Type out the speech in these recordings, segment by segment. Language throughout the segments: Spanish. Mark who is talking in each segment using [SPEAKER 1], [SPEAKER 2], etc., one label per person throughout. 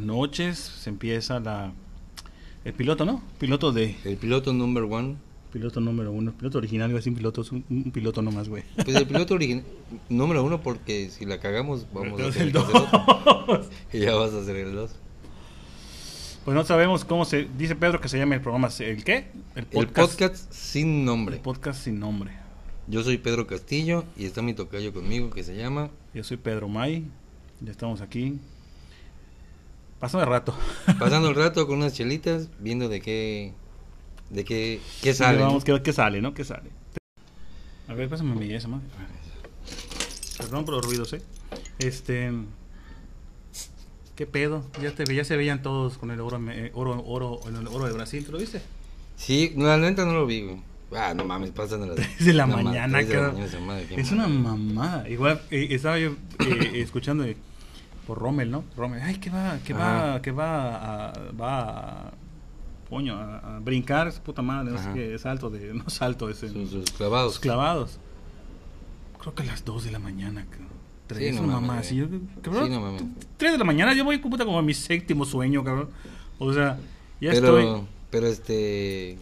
[SPEAKER 1] noches se empieza la... El piloto, ¿no? Piloto de...
[SPEAKER 2] El piloto number one.
[SPEAKER 1] Piloto número uno. Piloto original, güey. Sin piloto, es un, un piloto nomás, güey.
[SPEAKER 2] Pues el piloto original. número uno, porque si la cagamos, vamos a
[SPEAKER 1] El
[SPEAKER 2] hacer el
[SPEAKER 1] dos.
[SPEAKER 2] otro. Y ya vas a hacer el dos.
[SPEAKER 1] Pues no sabemos cómo se... Dice Pedro que se llama el programa. ¿El qué? El
[SPEAKER 2] El podcast sin nombre.
[SPEAKER 1] El podcast sin nombre.
[SPEAKER 2] Yo soy Pedro Castillo y está mi tocayo conmigo que se llama.
[SPEAKER 1] Yo soy Pedro May. Ya estamos aquí. Pasó de rato.
[SPEAKER 2] Pasando el rato con unas chelitas, viendo de qué. de qué. qué sale. ¿no?
[SPEAKER 1] Vamos, ¿qué, qué sale, no? ¿Qué sale? A ver, pásame mi esa madre. Perdón por los ruidos, ¿eh? Este... ¿Qué pedo? Ya, te, ve- ya se veían todos con el oro, eh, oro, oro, el oro de Brasil, ¿tú lo viste?
[SPEAKER 2] Sí, no, la neta no lo vi, güey. Ah, no mames, pasan a las
[SPEAKER 1] Tres de la
[SPEAKER 2] no mames,
[SPEAKER 1] mañana,
[SPEAKER 2] tres de la
[SPEAKER 1] cabrón.
[SPEAKER 2] mañana esa madre, qué
[SPEAKER 1] Es una
[SPEAKER 2] madre.
[SPEAKER 1] mamada. Igual eh, estaba yo eh, escuchando de- por Rommel, ¿no? Rommel, ay, que va, que va,
[SPEAKER 2] Ajá.
[SPEAKER 1] que va a, va a, coño, a, a brincar, esa puta madre, no sé
[SPEAKER 2] Ajá.
[SPEAKER 1] qué, salto de, no salto, es en-
[SPEAKER 2] Sus, sus
[SPEAKER 1] los
[SPEAKER 2] clavados.
[SPEAKER 1] clavados. Creo que a las 2 de la mañana, cabrón. Tres,
[SPEAKER 2] Sí, no
[SPEAKER 1] una
[SPEAKER 2] mames,
[SPEAKER 1] mamada
[SPEAKER 2] güey.
[SPEAKER 1] así, yo, cabrón,
[SPEAKER 2] Sí, no mames.
[SPEAKER 1] tres de la mañana, yo voy como puta como a mi séptimo sueño, cabrón. O sea, ya
[SPEAKER 2] pero,
[SPEAKER 1] estoy.
[SPEAKER 2] pero este.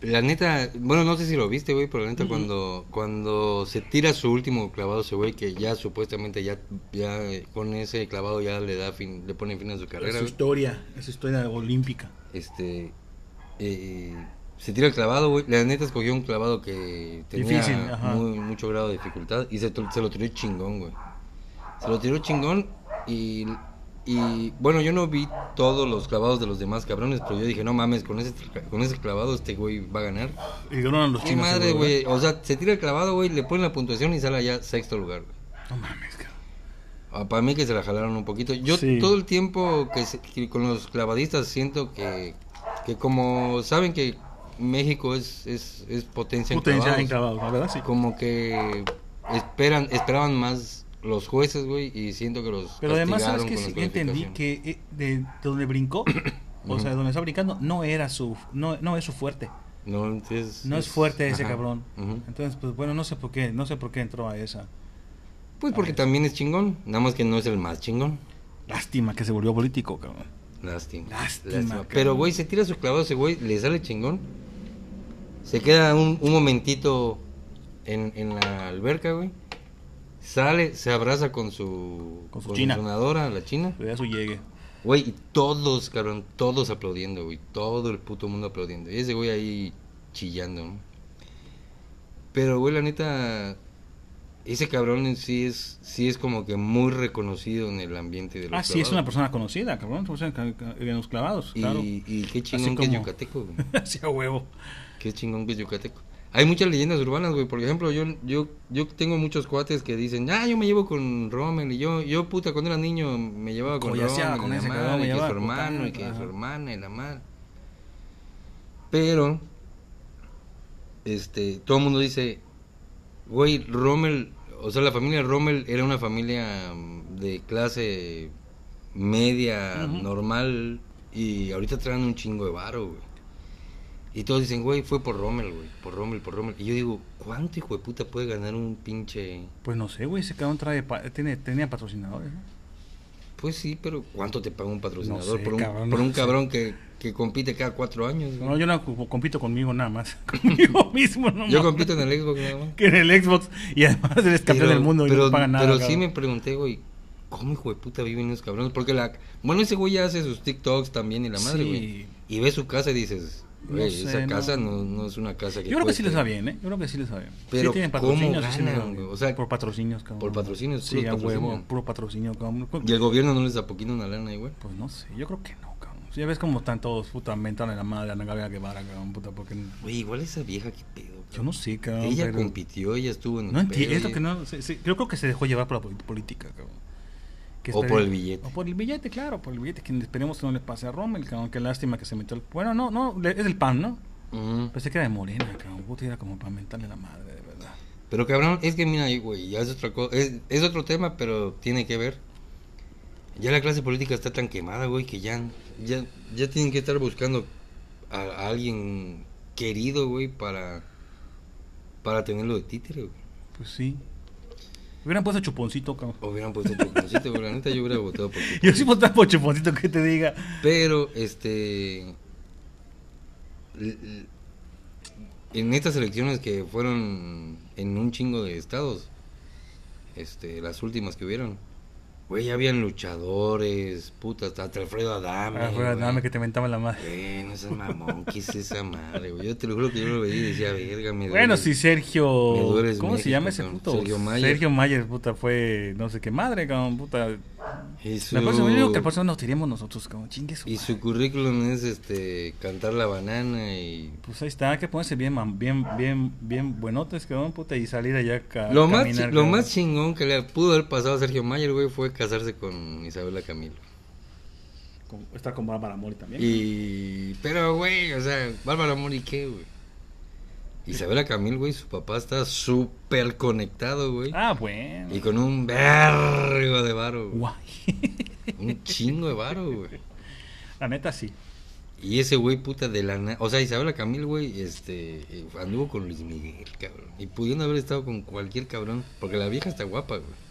[SPEAKER 2] La neta, bueno, no sé si lo viste, güey, pero la neta, cuando, cuando se tira su último clavado ese güey, que ya supuestamente ya, ya eh, con ese clavado ya le da fin, le pone fin a su carrera,
[SPEAKER 1] Es su
[SPEAKER 2] güey,
[SPEAKER 1] historia, es su historia olímpica.
[SPEAKER 2] este, eh, se tira el clavado, güey, la neta escogió un clavado que tenía
[SPEAKER 1] Difícil, ajá.
[SPEAKER 2] muy- mucho grado de dificultad y se, tu- se lo tiró chingón, güey. Se lo tiró chingón y, y, bueno, yo no vi todos los clavados de los demás cabrones, pero yo dije, no mames, con ese, con ese clavado este güey va a ganar.
[SPEAKER 1] Y ganaron los
[SPEAKER 2] Qué
[SPEAKER 1] chinos.
[SPEAKER 2] madre,
[SPEAKER 1] seguro, ¿verdad?
[SPEAKER 2] güey. O sea, se tira el clavado, güey, le ponen la puntuación y sale allá sexto lugar. güey.
[SPEAKER 1] No mames, cabrón.
[SPEAKER 2] Ah, Para mí que se la jalaron un poquito. Yo
[SPEAKER 1] Sí.
[SPEAKER 2] todo el tiempo que, se- que con los clavadistas siento que, que como saben que México es, es, es potencia, en
[SPEAKER 1] Potencia
[SPEAKER 2] clavados,
[SPEAKER 1] en clavados, la verdad sí.
[SPEAKER 2] como que esperan esperaban más los jueces, güey, y siento que los
[SPEAKER 1] Pero además, ¿sabes
[SPEAKER 2] castigaron
[SPEAKER 1] que
[SPEAKER 2] con
[SPEAKER 1] sí,
[SPEAKER 2] las
[SPEAKER 1] Yo entendí
[SPEAKER 2] calificaciones.
[SPEAKER 1] que eh, de donde brincó, o sea, donde está brincando, no era su, no, no es su fuerte.
[SPEAKER 2] no, entonces,
[SPEAKER 1] No es fuerte ese
[SPEAKER 2] ajá,
[SPEAKER 1] cabrón.
[SPEAKER 2] ujú.
[SPEAKER 1] Entonces, pues bueno, no sé por qué, no sé por qué entró a esa.
[SPEAKER 2] Pues porque también es chingón, nada más que no es el más chingón.
[SPEAKER 1] Lástima que se volvió político, cabrón.
[SPEAKER 2] Lástima.
[SPEAKER 1] Lástima, cabrón.
[SPEAKER 2] Pero, güey, se tira su clavado ese güey, le sale chingón. Se queda un, un momentito en, en la alberca, güey. Sale, se abraza con su...
[SPEAKER 1] Con su china.
[SPEAKER 2] nadadora, la china.
[SPEAKER 1] Pero ya su llegue.
[SPEAKER 2] Güey, y todos, cabrón, todos aplaudiendo, güey. Todo el puto mundo aplaudiendo. Y ese güey ahí chillando, ¿no? Pero, güey, la neta... Ese cabrón en sí es, sí es como que muy reconocido en el ambiente de los
[SPEAKER 1] Ah, sí, es
[SPEAKER 2] clavados.
[SPEAKER 1] una persona conocida, cabrón. pues, O sea, ca- ca- en los clavados, claro.
[SPEAKER 2] Y, y qué chingón
[SPEAKER 1] Así
[SPEAKER 2] que es
[SPEAKER 1] como-
[SPEAKER 2] yucateco, güey.
[SPEAKER 1] Así a huevo.
[SPEAKER 2] Qué chingón que es yucateco. Hay muchas leyendas urbanas, güey. Por ejemplo, yo, yo, yo tengo muchos cuates que dicen, ah, yo me llevo con Rommel. Y yo, yo puta, cuando era niño me llevaba con Rommel.
[SPEAKER 1] Collaseaba con
[SPEAKER 2] y la
[SPEAKER 1] ese
[SPEAKER 2] madre,
[SPEAKER 1] cabrón, me
[SPEAKER 2] y que
[SPEAKER 1] llevaba
[SPEAKER 2] su hermano, y
[SPEAKER 1] putando,
[SPEAKER 2] que
[SPEAKER 1] ajá.
[SPEAKER 2] su hermana, y la madre. Pero, este, todo el mundo dice, güey, Rommel, o sea, la familia Rommel era una familia mm, de clase media,
[SPEAKER 1] Ujú.
[SPEAKER 2] normal, y ahorita traen un chingo de varo, güey. Y todos dicen, güey, fue por Rommel, güey, por Rommel, por Rommel. Y yo digo, ¿cuánto hijo de puta puede ganar un pinche...?
[SPEAKER 1] Pues no sé, güey, ese cabrón trae, pa- tiene, tenía patrocinadores, ¿no?
[SPEAKER 2] Pues sí, pero ¿cuánto te paga un patrocinador
[SPEAKER 1] sé,
[SPEAKER 2] por un
[SPEAKER 1] cabrón,
[SPEAKER 2] cabrón,
[SPEAKER 1] no
[SPEAKER 2] por un
[SPEAKER 1] sé.
[SPEAKER 2] cabrón que, que compite cada cuatro años? güey?
[SPEAKER 1] No, yo no co- compito conmigo nada más. Conmigo mismo, no
[SPEAKER 2] yo
[SPEAKER 1] mames.
[SPEAKER 2] compito en el Xbox, nada más.
[SPEAKER 1] que en el Xbox y además eres campeón del mundo y
[SPEAKER 2] pero,
[SPEAKER 1] no paga nada.
[SPEAKER 2] Pero sí
[SPEAKER 1] cabrón.
[SPEAKER 2] me pregunté, güey, ¿cómo hijo de puta viven esos cabrones? Porque la... Bueno, ese güey ya hace sus TikToks también y la madre,
[SPEAKER 1] Sí.
[SPEAKER 2] güey. Y ves su casa y dices,
[SPEAKER 1] No
[SPEAKER 2] güey,
[SPEAKER 1] sé,
[SPEAKER 2] esa
[SPEAKER 1] no.
[SPEAKER 2] casa no, no es una casa que...
[SPEAKER 1] Yo creo que sí les
[SPEAKER 2] cueste.
[SPEAKER 1] va bien, ¿eh? Yo creo que sí les va bien. sí
[SPEAKER 2] Pero
[SPEAKER 1] tienen
[SPEAKER 2] ¿cómo
[SPEAKER 1] patrocinios, sí, sí les
[SPEAKER 2] ganan,
[SPEAKER 1] va bien.
[SPEAKER 2] güey? O sea,
[SPEAKER 1] por patrocinios, cabrón.
[SPEAKER 2] por patrocinios,
[SPEAKER 1] sí,
[SPEAKER 2] puro
[SPEAKER 1] a huevo,
[SPEAKER 2] patrocinio.
[SPEAKER 1] puro patrocinio, cabrón.
[SPEAKER 2] Y el gobierno no les apoquina una lana, güey.
[SPEAKER 1] Pues no sé, yo creo que no, cabrón. Ya ves cómo están todos, puta, mental en la madre, Ana Gabriela Guevara, cabrón, puta, porque
[SPEAKER 2] Güey, igual esa vieja, qué pedo.
[SPEAKER 1] yo
[SPEAKER 2] cabrón.
[SPEAKER 1] no sé, cabrón.
[SPEAKER 2] ella
[SPEAKER 1] pero-
[SPEAKER 2] compitió, ella estuvo en el
[SPEAKER 1] No entiendo,
[SPEAKER 2] pedo,
[SPEAKER 1] es lo
[SPEAKER 2] ella-
[SPEAKER 1] que no, se- se- yo creo que se dejó llevar por la pol- política, cabrón. Que
[SPEAKER 2] O
[SPEAKER 1] espere-
[SPEAKER 2] por el billete.
[SPEAKER 1] O por el billete, claro, por el billete, que esperemos que no le pase a Rommel, cabrón, qué lástima que se metió el... Bueno, no, no, le- es el PAN, ¿no?
[SPEAKER 2] Ujú.
[SPEAKER 1] Pensé que era de Morena, cabrón, puta, era como para mentarle la madre, de verdad.
[SPEAKER 2] Pero cabrón, es que mira, güey, ya es otra cosa, es, es otro tema, pero tiene que ver. Ya la clase política está tan quemada, güey, que ya, ya, ya tienen que estar buscando a, a alguien querido, güey, para, para tenerlo de títere, güey.
[SPEAKER 1] Pues sí, Hubieran puesto chuponcito, cabrón.
[SPEAKER 2] Hubieran puesto chuponcito, güey. La neta yo hubiera votado por
[SPEAKER 1] Yo sí votaba por chuponcito, que te diga.
[SPEAKER 2] Pero, este. l- l- En estas elecciones que fueron en un chingo de estados, este, las últimas que hubieron, güey, ya habían luchadores, puta, hasta Alfredo Adame.
[SPEAKER 1] Ah, fuera,
[SPEAKER 2] güey.
[SPEAKER 1] nada, me que te mentaba la madre.
[SPEAKER 2] Güey, no seas mamón, ¿qué es esa madre, güey? Yo te lo juro que yo lo veía y decía, verga, me
[SPEAKER 1] Bueno,
[SPEAKER 2] duele".
[SPEAKER 1] sí, Sergio.
[SPEAKER 2] Me duele
[SPEAKER 1] ¿Cómo se
[SPEAKER 2] México,
[SPEAKER 1] llama ese
[SPEAKER 2] cabrón.
[SPEAKER 1] puto?
[SPEAKER 2] Sergio Mayer.
[SPEAKER 1] Sergio Mayer, puta, fue no sé qué madre, cabrón, puta.
[SPEAKER 2] Y
[SPEAKER 1] La próxima, yo digo que la
[SPEAKER 2] su,
[SPEAKER 1] próxima nos tiremos nosotros, cabrón. Chingue su
[SPEAKER 2] y
[SPEAKER 1] madre.
[SPEAKER 2] su currículum es este cantar la banana y
[SPEAKER 1] Pues ahí está, hay que ponerse bien, mam- bien, bien, bien buenotes, cabrón, puta, y salir allá a
[SPEAKER 2] Lo más,
[SPEAKER 1] caminar,
[SPEAKER 2] lo
[SPEAKER 1] cabrón.
[SPEAKER 2] más chingón que le pudo haber pasado a Sergio Mayer, güey, fue casarse con Isabela Camilo.
[SPEAKER 1] Con- Está con Bárbara Mori también.
[SPEAKER 2] Y... Pero, güey, o sea, Bárbara Mori, ¿qué, güey? Isabela Camil, güey, su papá está súper conectado, güey.
[SPEAKER 1] Ah, bueno.
[SPEAKER 2] Y con un vergo de varo, güey.
[SPEAKER 1] Guay.
[SPEAKER 2] Un chingo de varo, güey.
[SPEAKER 1] la neta, sí.
[SPEAKER 2] Y ese güey, puta de la... na- O sea, Isabela Camil, güey, este... eh, Anduvo con Luis Miguel, cabrón. Y pudiendo haber estado con cualquier cabrón. Porque la vieja está guapa, güey.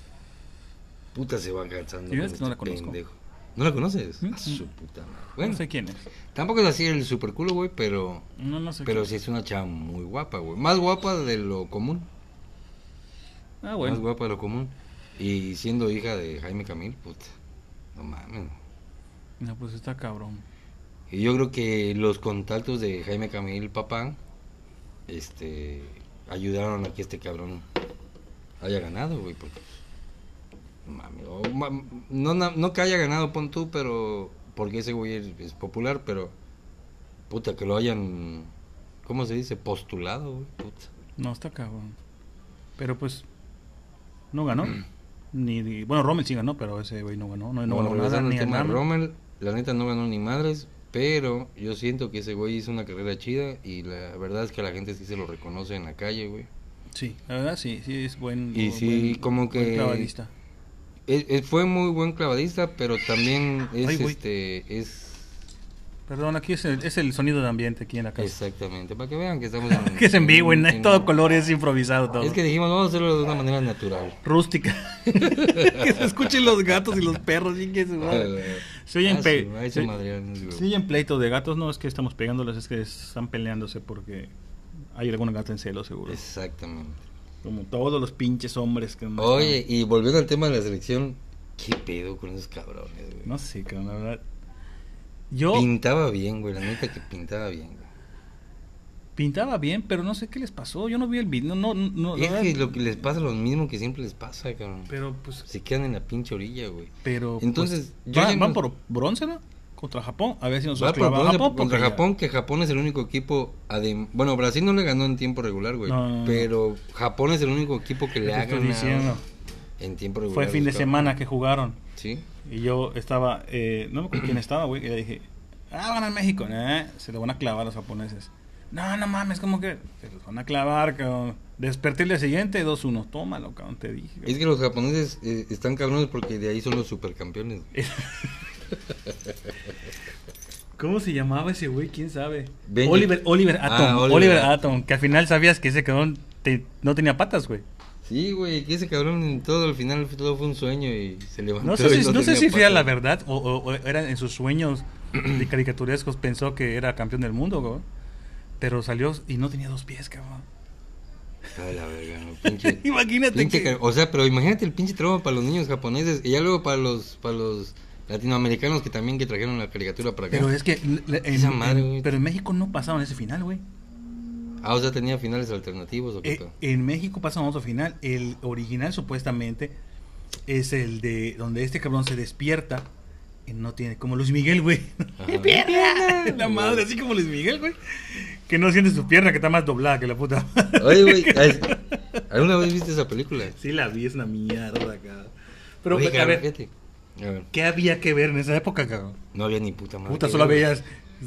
[SPEAKER 2] Puta se va cansando.
[SPEAKER 1] Y
[SPEAKER 2] con
[SPEAKER 1] es que no la
[SPEAKER 2] este
[SPEAKER 1] conozco.
[SPEAKER 2] ¿No la conoces?
[SPEAKER 1] Mm,
[SPEAKER 2] A su puta madre.
[SPEAKER 1] No
[SPEAKER 2] Bueno,
[SPEAKER 1] sé quién es.
[SPEAKER 2] tampoco es así el super culo, güey, pero...
[SPEAKER 1] No, no sé
[SPEAKER 2] Pero
[SPEAKER 1] quién
[SPEAKER 2] sí es una chava muy guapa, güey. Más guapa de lo común.
[SPEAKER 1] Ah,
[SPEAKER 2] Más
[SPEAKER 1] bueno.
[SPEAKER 2] guapa de lo común. Y siendo hija de Jaime Camil, puta. No mames, güey.
[SPEAKER 1] No, pues está cabrón.
[SPEAKER 2] Y yo creo que los contactos de Jaime Camil Papá este, ayudaron a que este cabrón haya ganado, güey. Porque, mami, o ma- no, na- no que haya ganado, pon tú, pero. Porque ese güey es, es popular, pero. Puta, que lo hayan. ¿Cómo se dice? Postulado, güey. Puta.
[SPEAKER 1] No, está cabrón. Pero pues, no ganó. ni, ni- Bueno, Rommel sí ganó, pero ese güey no ganó. No, no
[SPEAKER 2] Bueno,
[SPEAKER 1] ganó nada,
[SPEAKER 2] regresando
[SPEAKER 1] ni
[SPEAKER 2] al tema de
[SPEAKER 1] ganó.
[SPEAKER 2] Rommel, la neta no ganó ni madres, pero yo siento que ese güey hizo una carrera chida y la verdad es que la gente sí se lo reconoce en la calle, güey.
[SPEAKER 1] Sí, la verdad sí, sí es buen.
[SPEAKER 2] Y sí,
[SPEAKER 1] buen-
[SPEAKER 2] como que-
[SPEAKER 1] buen clavadista.
[SPEAKER 2] Él- él fue muy buen clavadista, pero también es
[SPEAKER 1] Ay, güey.
[SPEAKER 2] este es
[SPEAKER 1] Perdón, aquí es el, es el sonido de ambiente aquí en la casa.
[SPEAKER 2] exactamente para que vean que estamos en,
[SPEAKER 1] que es en vivo, en,
[SPEAKER 2] en-
[SPEAKER 1] todo color, es improvisado todo.
[SPEAKER 2] Es que dijimos vamos a hacerlo de una manera natural.
[SPEAKER 1] Rústica. que se escuchen los gatos y los perros. chingue su madre. Se oyen,
[SPEAKER 2] Ah,
[SPEAKER 1] pe-
[SPEAKER 2] sí, ahí se
[SPEAKER 1] se-
[SPEAKER 2] madrean, güey.
[SPEAKER 1] se oyen pleitos de gatos, no es que estamos pegándoles, es que están peleándose porque hay algún gato en celo, seguro.
[SPEAKER 2] Exactamente.
[SPEAKER 1] Como todos los pinches hombres que no
[SPEAKER 2] Oye, y volviendo al tema de la selección, qué pedo con esos cabrones, güey.
[SPEAKER 1] No sé, cabrón, la verdad. Yo
[SPEAKER 2] Pintaba bien, güey, la neta que pintaba bien. güey.
[SPEAKER 1] pintaba bien, pero no sé qué les pasó. Yo no vi el video. No, no, no, la
[SPEAKER 2] es que
[SPEAKER 1] verdad,
[SPEAKER 2] lo que les pasa lo mismo que siempre les pasa, cabrón.
[SPEAKER 1] Pero, pues.
[SPEAKER 2] Se quedan en la pinche orilla, güey.
[SPEAKER 1] Pero.
[SPEAKER 2] Entonces,
[SPEAKER 1] pues,
[SPEAKER 2] yo
[SPEAKER 1] van,
[SPEAKER 2] ya
[SPEAKER 1] van
[SPEAKER 2] no-
[SPEAKER 1] por bronce, ¿no? Contra Japón. A ver si nos
[SPEAKER 2] Va por
[SPEAKER 1] clava
[SPEAKER 2] bronce
[SPEAKER 1] Japón.
[SPEAKER 2] contra
[SPEAKER 1] porque ya-
[SPEAKER 2] Japón, que Japón es el único equipo. adem- Bueno, Brasil no le ganó en tiempo regular, güey.
[SPEAKER 1] No, no, no.
[SPEAKER 2] Pero Japón es el único equipo que le
[SPEAKER 1] Te
[SPEAKER 2] ha
[SPEAKER 1] estoy
[SPEAKER 2] ganado
[SPEAKER 1] diciendo.
[SPEAKER 2] en tiempo regular.
[SPEAKER 1] Fue fin de
[SPEAKER 2] güey,
[SPEAKER 1] semana que jugaron.
[SPEAKER 2] cabrón. Sí.
[SPEAKER 1] Y yo estaba, eh, no me acuerdo quién estaba, güey, y le dije, ah, van a México, nah, se lo van a clavar a los japoneses. No, no mames, como que se los van a clavar, cabrón. Desperté el día siguiente, 2-1, tómalo, cabrón, te dije.
[SPEAKER 2] Es que los japoneses eh, están cabrones porque de ahí son los supercampeones. güey.
[SPEAKER 1] ¿Cómo se llamaba ese güey? ¿Quién sabe?
[SPEAKER 2] Benji.
[SPEAKER 1] Oliver, Oliver
[SPEAKER 2] Ah,
[SPEAKER 1] Atom, Oliver.
[SPEAKER 2] Oliver
[SPEAKER 1] Atom, que al final sabías que ese cabrón te- no tenía patas, güey.
[SPEAKER 2] Sí, güey, que ese cabrón en todo al final todo fue un sueño y se levantó.
[SPEAKER 1] No sé si,
[SPEAKER 2] y
[SPEAKER 1] no sé
[SPEAKER 2] Pues tenía
[SPEAKER 1] si
[SPEAKER 2] patas.
[SPEAKER 1] era la verdad o, o- o era en sus sueños de caricaturescos pensó que era campeón del mundo, güey. Pero salió y no tenía dos pies, cabrón.
[SPEAKER 2] Está de la verga, no, pinche.
[SPEAKER 1] Imagínate
[SPEAKER 2] pinche
[SPEAKER 1] que...
[SPEAKER 2] ca- O sea, pero imagínate el pinche trauma para los niños japoneses y ya luego para los, para los latinoamericanos que también que trajeron la caricatura para acá.
[SPEAKER 1] Pero es que l- l- en,
[SPEAKER 2] Esa madre,
[SPEAKER 1] en-
[SPEAKER 2] güey.
[SPEAKER 1] pero en México no pasaban ese final, güey.
[SPEAKER 2] Ah, o sea, tenía finales alternativos o qué
[SPEAKER 1] Eh,
[SPEAKER 2] pedo?
[SPEAKER 1] en México pasábamos a final. El original supuestamente es el de donde este cabrón se despierta y no tiene como Luis Miguel, güey.
[SPEAKER 2] Ajá.
[SPEAKER 1] Mi pierna. La madre, así como Luis Miguel, güey. Que no siente su pierna, que está más doblada que la puta.
[SPEAKER 2] Oye, güey, ¿as- ¿alguna vez viste esa película?
[SPEAKER 1] sí, la vi, es una mierda, cabrón. Pero,
[SPEAKER 2] Oye,
[SPEAKER 1] a
[SPEAKER 2] cabrón,
[SPEAKER 1] ver,
[SPEAKER 2] fíjate. A ver,
[SPEAKER 1] ¿qué había que ver en esa época, cabrón?
[SPEAKER 2] no había ni puta madre.
[SPEAKER 1] Puta,
[SPEAKER 2] que
[SPEAKER 1] solo
[SPEAKER 2] ver, güey.
[SPEAKER 1] veías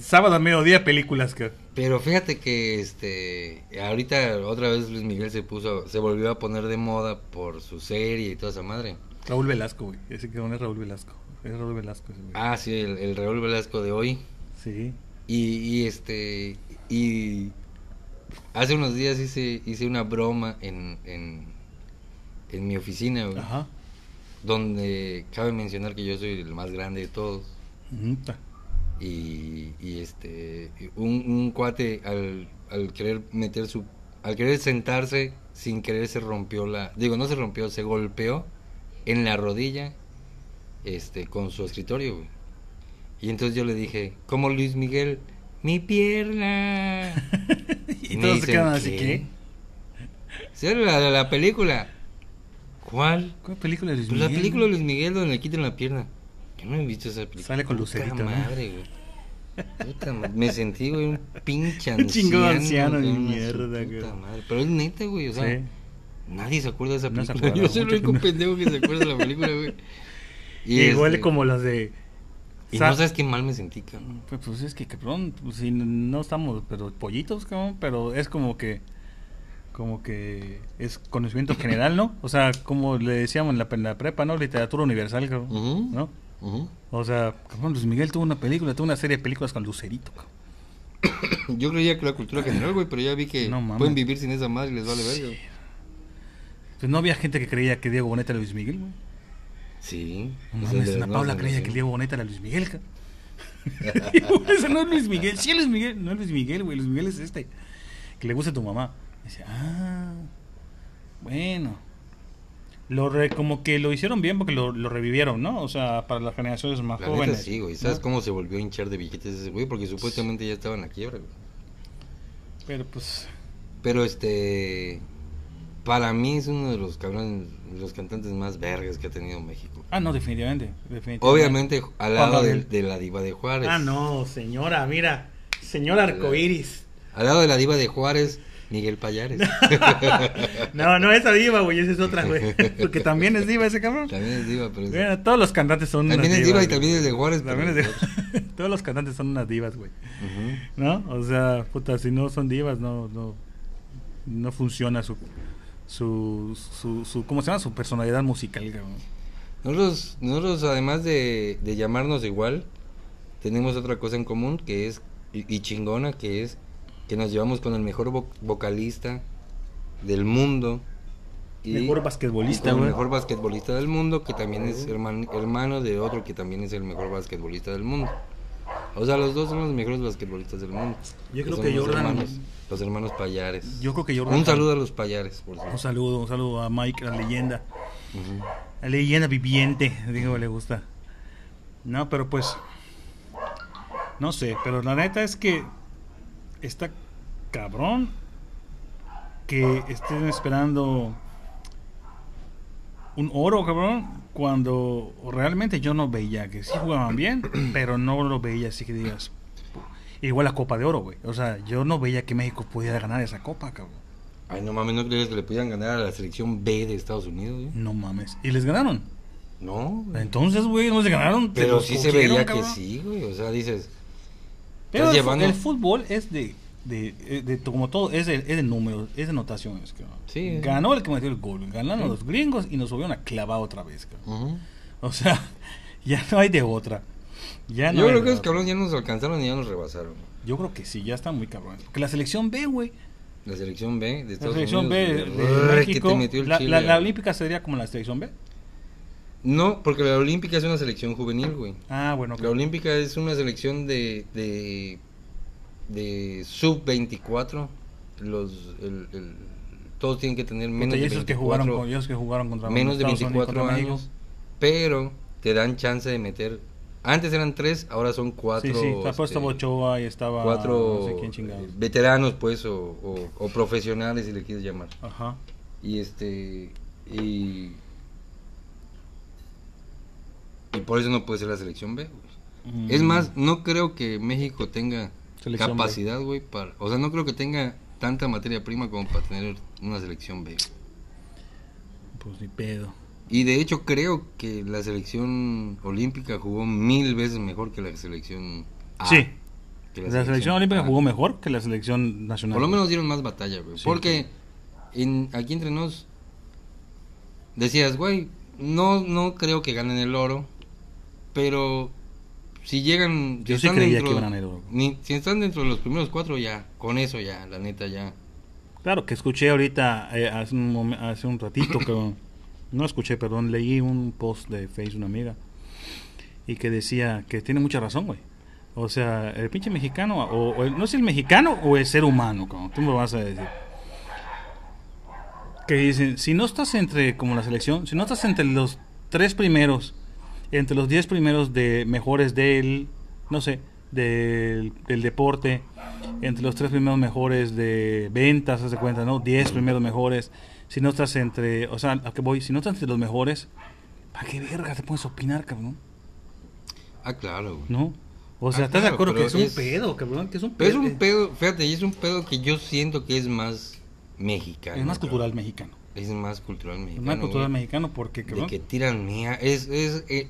[SPEAKER 1] sábado a mediodía películas, cabrón.
[SPEAKER 2] Pero fíjate que este ahorita otra vez Luis Miguel se puso se volvió a poner de moda por su serie y toda esa madre.
[SPEAKER 1] Raúl Velasco, güey. Ese que no es Raúl Velasco. Es Raúl Velasco ese güey.
[SPEAKER 2] Ah, sí, el, el Raúl Velasco de hoy.
[SPEAKER 1] Sí.
[SPEAKER 2] Y, y, este y hace unos días hice hice una broma en en, en mi oficina, güey,
[SPEAKER 1] Ajá.
[SPEAKER 2] donde cabe mencionar que yo soy el más grande de todos.
[SPEAKER 1] Ujú, ta.
[SPEAKER 2] Y, y, este, un, un cuate al, al querer meter su. Al querer sentarse, sin querer se rompió la. Digo, no se rompió, se golpeó en la rodilla este, con su escritorio, güey. Y entonces yo le dije, como Luis Miguel, mi pierna.
[SPEAKER 1] Y
[SPEAKER 2] Me
[SPEAKER 1] todos se
[SPEAKER 2] dicen,
[SPEAKER 1] quedan así
[SPEAKER 2] "¿Qué?".
[SPEAKER 1] que.
[SPEAKER 2] Sí, la de la película. ¿Cuál?
[SPEAKER 1] ¿Cuál película de Luis
[SPEAKER 2] Pues la
[SPEAKER 1] Miguel?
[SPEAKER 2] película de Luis Miguel donde le quitan la pierna. Yo no he visto esa película.
[SPEAKER 1] Sale con
[SPEAKER 2] Puta
[SPEAKER 1] lucerito, ¿no?
[SPEAKER 2] madre, güey. Puta ma- me sentí, güey, un pinche
[SPEAKER 1] Un
[SPEAKER 2] anciano.
[SPEAKER 1] chingo de anciano de
[SPEAKER 2] güey, una
[SPEAKER 1] mierda,
[SPEAKER 2] su puta
[SPEAKER 1] güey.
[SPEAKER 2] madre. Pero es neta, güey, o sea,
[SPEAKER 1] Sí.
[SPEAKER 2] nadie se acuerda de esa
[SPEAKER 1] No se
[SPEAKER 2] película.
[SPEAKER 1] acuerda,
[SPEAKER 2] Yo soy el
[SPEAKER 1] mucho que
[SPEAKER 2] único
[SPEAKER 1] no.
[SPEAKER 2] pendejo que se acuerda de la película, güey.
[SPEAKER 1] Y igual
[SPEAKER 2] este,
[SPEAKER 1] como las de.
[SPEAKER 2] Y
[SPEAKER 1] Sa-
[SPEAKER 2] no sabes qué mal me sentí, cabrón.
[SPEAKER 1] Pues, pues es que, cabrón, pues, si no estamos, pero pollitos, cabrón, pero es como que, como que es conocimiento general, ¿no? O sea, como le decíamos en la, en la prepa, ¿no? Literatura universal, cabrón,
[SPEAKER 2] Ujú.
[SPEAKER 1] ¿no?
[SPEAKER 2] Ujú.
[SPEAKER 1] O sea, cabrón, Luis Miguel tuvo una película, tuvo una serie de películas con Lucerito, cabrón.
[SPEAKER 2] Yo creía que la cultura general, güey, pero ya vi que
[SPEAKER 1] No mames.
[SPEAKER 2] pueden vivir sin esa madre y les vale verga.
[SPEAKER 1] Pues no había gente que creía que Diego Boneta era Luis Miguel, güey.
[SPEAKER 2] Sí.
[SPEAKER 1] No
[SPEAKER 2] es el
[SPEAKER 1] mames,
[SPEAKER 2] de
[SPEAKER 1] Ana
[SPEAKER 2] las
[SPEAKER 1] Paula creía
[SPEAKER 2] nuevas
[SPEAKER 1] que
[SPEAKER 2] generaciones.
[SPEAKER 1] Diego Boneta era Luis Miguel, cabrón. Y por eso no es Luis Miguel, sí es Luis Miguel, no es Luis Miguel, güey, Luis Miguel es este, que le gusta a tu mamá. Y dice, ah, bueno. Lo re- como que lo hicieron bien porque lo, lo revivieron, ¿no? O sea, para las generaciones más
[SPEAKER 2] La neta
[SPEAKER 1] jóvenes.
[SPEAKER 2] sí, güey. ¿Sabes
[SPEAKER 1] ¿no?
[SPEAKER 2] cómo se volvió a hinchar de billetes ese güey? Porque supuestamente ya estaba en la quiebra, güey.
[SPEAKER 1] Pero pues,
[SPEAKER 2] Pero este. Para mí es uno de los cabrones, de los cantantes más vergas que ha tenido México.
[SPEAKER 1] ah, no, definitivamente. definitivamente.
[SPEAKER 2] Obviamente al lado de,
[SPEAKER 1] Gabriel.
[SPEAKER 2] de la diva de Juárez.
[SPEAKER 1] Ah, no, señora, mira, señora arcoíris.
[SPEAKER 2] Al lado de la diva de Juárez, Miguel Payares.
[SPEAKER 1] No, no, esa diva, güey, esa es otra, güey. Porque también es diva ese cabrón.
[SPEAKER 2] también es diva, pero es-
[SPEAKER 1] Bueno, todos los cantantes son
[SPEAKER 2] También
[SPEAKER 1] unas
[SPEAKER 2] es diva y
[SPEAKER 1] divas,
[SPEAKER 2] también
[SPEAKER 1] güey.
[SPEAKER 2] es de Juárez, pero-
[SPEAKER 1] También es de- todos los cantantes son unas divas, güey.
[SPEAKER 2] Ujú.
[SPEAKER 1] ¿No? O sea, puta, si no son divas, no, no, no funciona su, su, su, su- ¿cómo se llama? Su personalidad musical, cabrón.
[SPEAKER 2] Nosotros, nosotros además de, de llamarnos igual, tenemos otra cosa en común que es, y, y chingona, que es que nos llevamos con el mejor vo- vocalista del mundo.
[SPEAKER 1] Mejor basquetbolista,
[SPEAKER 2] y con
[SPEAKER 1] güey.
[SPEAKER 2] El mejor basquetbolista del mundo, que también es herman- hermano de otro que también es el mejor basquetbolista del mundo. O sea, los dos son los mejores basquetbolistas del mundo.
[SPEAKER 1] Yo creo
[SPEAKER 2] son
[SPEAKER 1] que
[SPEAKER 2] los
[SPEAKER 1] Jordan-
[SPEAKER 2] Hermanos, los hermanos Payares.
[SPEAKER 1] Yo creo que Jordan-
[SPEAKER 2] Un saludo a los Payares, por
[SPEAKER 1] Un
[SPEAKER 2] cierto.
[SPEAKER 1] saludo, un saludo a Mike, la leyenda.
[SPEAKER 2] Ujú.
[SPEAKER 1] La leyenda viviente, digo, le gusta. No, pero pues. No sé, pero la neta es que. Está cabrón. Que estén esperando. Un oro, cabrón. Cuando realmente yo no veía que sí jugaban bien, pero no lo veía así que digas. Igual la Copa de Oro, güey. O sea, yo no veía que México pudiera ganar esa Copa, cabrón.
[SPEAKER 2] Ay, no mames, ¿no crees que le pudieran ganar a la selección B de Estados Unidos? güey?
[SPEAKER 1] No mames. Y les ganaron.
[SPEAKER 2] No, güey.
[SPEAKER 1] Entonces, güey, no se ganaron.
[SPEAKER 2] pero
[SPEAKER 1] los
[SPEAKER 2] sí se
[SPEAKER 1] cogieron,
[SPEAKER 2] veía
[SPEAKER 1] cabrón.
[SPEAKER 2] que sí, güey. O sea, dices,
[SPEAKER 1] Pero
[SPEAKER 2] Estás
[SPEAKER 1] el, fu-
[SPEAKER 2] llevando-
[SPEAKER 1] el fútbol es de, de, eh, de- como todo, es de, es de números, es de notaciones. cabrón.
[SPEAKER 2] Sí.
[SPEAKER 1] Ganó el que metió el gol, ganaron los gringos y nos subieron a clavar otra vez. cabrón.
[SPEAKER 2] ujú.
[SPEAKER 1] O sea, ya no hay de otra. Ya no
[SPEAKER 2] yo
[SPEAKER 1] hay
[SPEAKER 2] creo
[SPEAKER 1] de
[SPEAKER 2] que los
[SPEAKER 1] otra.
[SPEAKER 2] cabrones ya nos alcanzaron y ya nos rebasaron.
[SPEAKER 1] Yo creo que sí, ya está muy cabrón. Porque la selección B, güey.
[SPEAKER 2] La selección B de
[SPEAKER 1] La
[SPEAKER 2] Estados
[SPEAKER 1] selección B de,
[SPEAKER 2] Unidos.
[SPEAKER 1] de
[SPEAKER 2] güey,
[SPEAKER 1] México.
[SPEAKER 2] Que te metió el
[SPEAKER 1] la,
[SPEAKER 2] Chile,
[SPEAKER 1] la- la
[SPEAKER 2] güey.
[SPEAKER 1] olímpica sería como la selección B.
[SPEAKER 2] No, porque la Olímpica es una selección juvenil, güey.
[SPEAKER 1] Ah, bueno.
[SPEAKER 2] La Olímpica es una selección de, de, de sub-24. Los, el- el- todos tienen que tener
[SPEAKER 1] Puta,
[SPEAKER 2] menos
[SPEAKER 1] y
[SPEAKER 2] de
[SPEAKER 1] esos
[SPEAKER 2] 24,
[SPEAKER 1] que jugaron, con, ellos que jugaron contra
[SPEAKER 2] menos de
[SPEAKER 1] Estados Unidos,
[SPEAKER 2] 24
[SPEAKER 1] contra
[SPEAKER 2] años. Pero te dan chance de meter... Antes eran tres, ahora son cuatro.
[SPEAKER 1] México. sí, sí. Después
[SPEAKER 2] este,
[SPEAKER 1] estaba Ochoa y estaba.
[SPEAKER 2] cuatro
[SPEAKER 1] No sé quién
[SPEAKER 2] eh,
[SPEAKER 1] chingados.
[SPEAKER 2] veteranos pues o, o- o profesionales si le quieres llamar
[SPEAKER 1] Ajá.
[SPEAKER 2] y este y y por eso no puede ser la selección B güey. es
[SPEAKER 1] Mm.
[SPEAKER 2] más no creo que México tenga
[SPEAKER 1] Selección B.
[SPEAKER 2] capacidad güey para o sea no creo que tenga tanta materia prima como para tener una selección B
[SPEAKER 1] Pues ni pedo.
[SPEAKER 2] y de hecho creo que la selección olímpica jugó mil veces mejor que la selección A
[SPEAKER 1] Sí.
[SPEAKER 2] Ah, que
[SPEAKER 1] La, selección olímpica
[SPEAKER 2] A.
[SPEAKER 1] jugó mejor que la selección nacional.
[SPEAKER 2] Por lo menos dieron más batalla, güey.
[SPEAKER 1] Sí,
[SPEAKER 2] porque en, aquí entre nos decías, güey, no, no creo que ganen el oro, pero si llegan...
[SPEAKER 1] Yo
[SPEAKER 2] si
[SPEAKER 1] sí
[SPEAKER 2] están
[SPEAKER 1] creía que iban a ganar el oro.
[SPEAKER 2] ni- si están dentro de los primeros cuatro, ya, con eso ya, la neta ya.
[SPEAKER 1] Claro, que escuché ahorita eh, hace, un momen- hace un ratito que no escuché, perdón, leí un post de Facebook, una amiga, y que decía que tiene mucha razón, güey. O sea, el pinche mexicano, o, o el- no sé el mexicano o el ser humano, como tú me lo vas a decir. Que dicen, si no estás entre, como la selección, si no estás entre los tres primeros, entre los diez primeros de mejores del, no sé, del, del deporte, entre los tres primeros mejores de ventas, haz de cuenta, ¿no? Diez primeros mejores, si no estás entre, o sea, ¿a qué voy? Si no estás entre los mejores, ¿para qué verga te puedes opinar, cabrón?
[SPEAKER 2] Ah, claro, güey.
[SPEAKER 1] ¿No? O sea,
[SPEAKER 2] Ah,
[SPEAKER 1] ¿estás de
[SPEAKER 2] claro,
[SPEAKER 1] acuerdo que
[SPEAKER 2] pero
[SPEAKER 1] es un
[SPEAKER 2] es-
[SPEAKER 1] pedo, cabrón? Que es un eh, pedo.
[SPEAKER 2] Pero es un pedo, fíjate, y es un pedo que yo siento que es más mexicano.
[SPEAKER 1] Es más
[SPEAKER 2] güey.
[SPEAKER 1] cultural mexicano.
[SPEAKER 2] Es más cultural
[SPEAKER 1] Es
[SPEAKER 2] mexicano.
[SPEAKER 1] más cultural
[SPEAKER 2] güey.
[SPEAKER 1] mexicano porque,
[SPEAKER 2] De
[SPEAKER 1] cabrón,
[SPEAKER 2] que tiran mierda. Es, es, eh,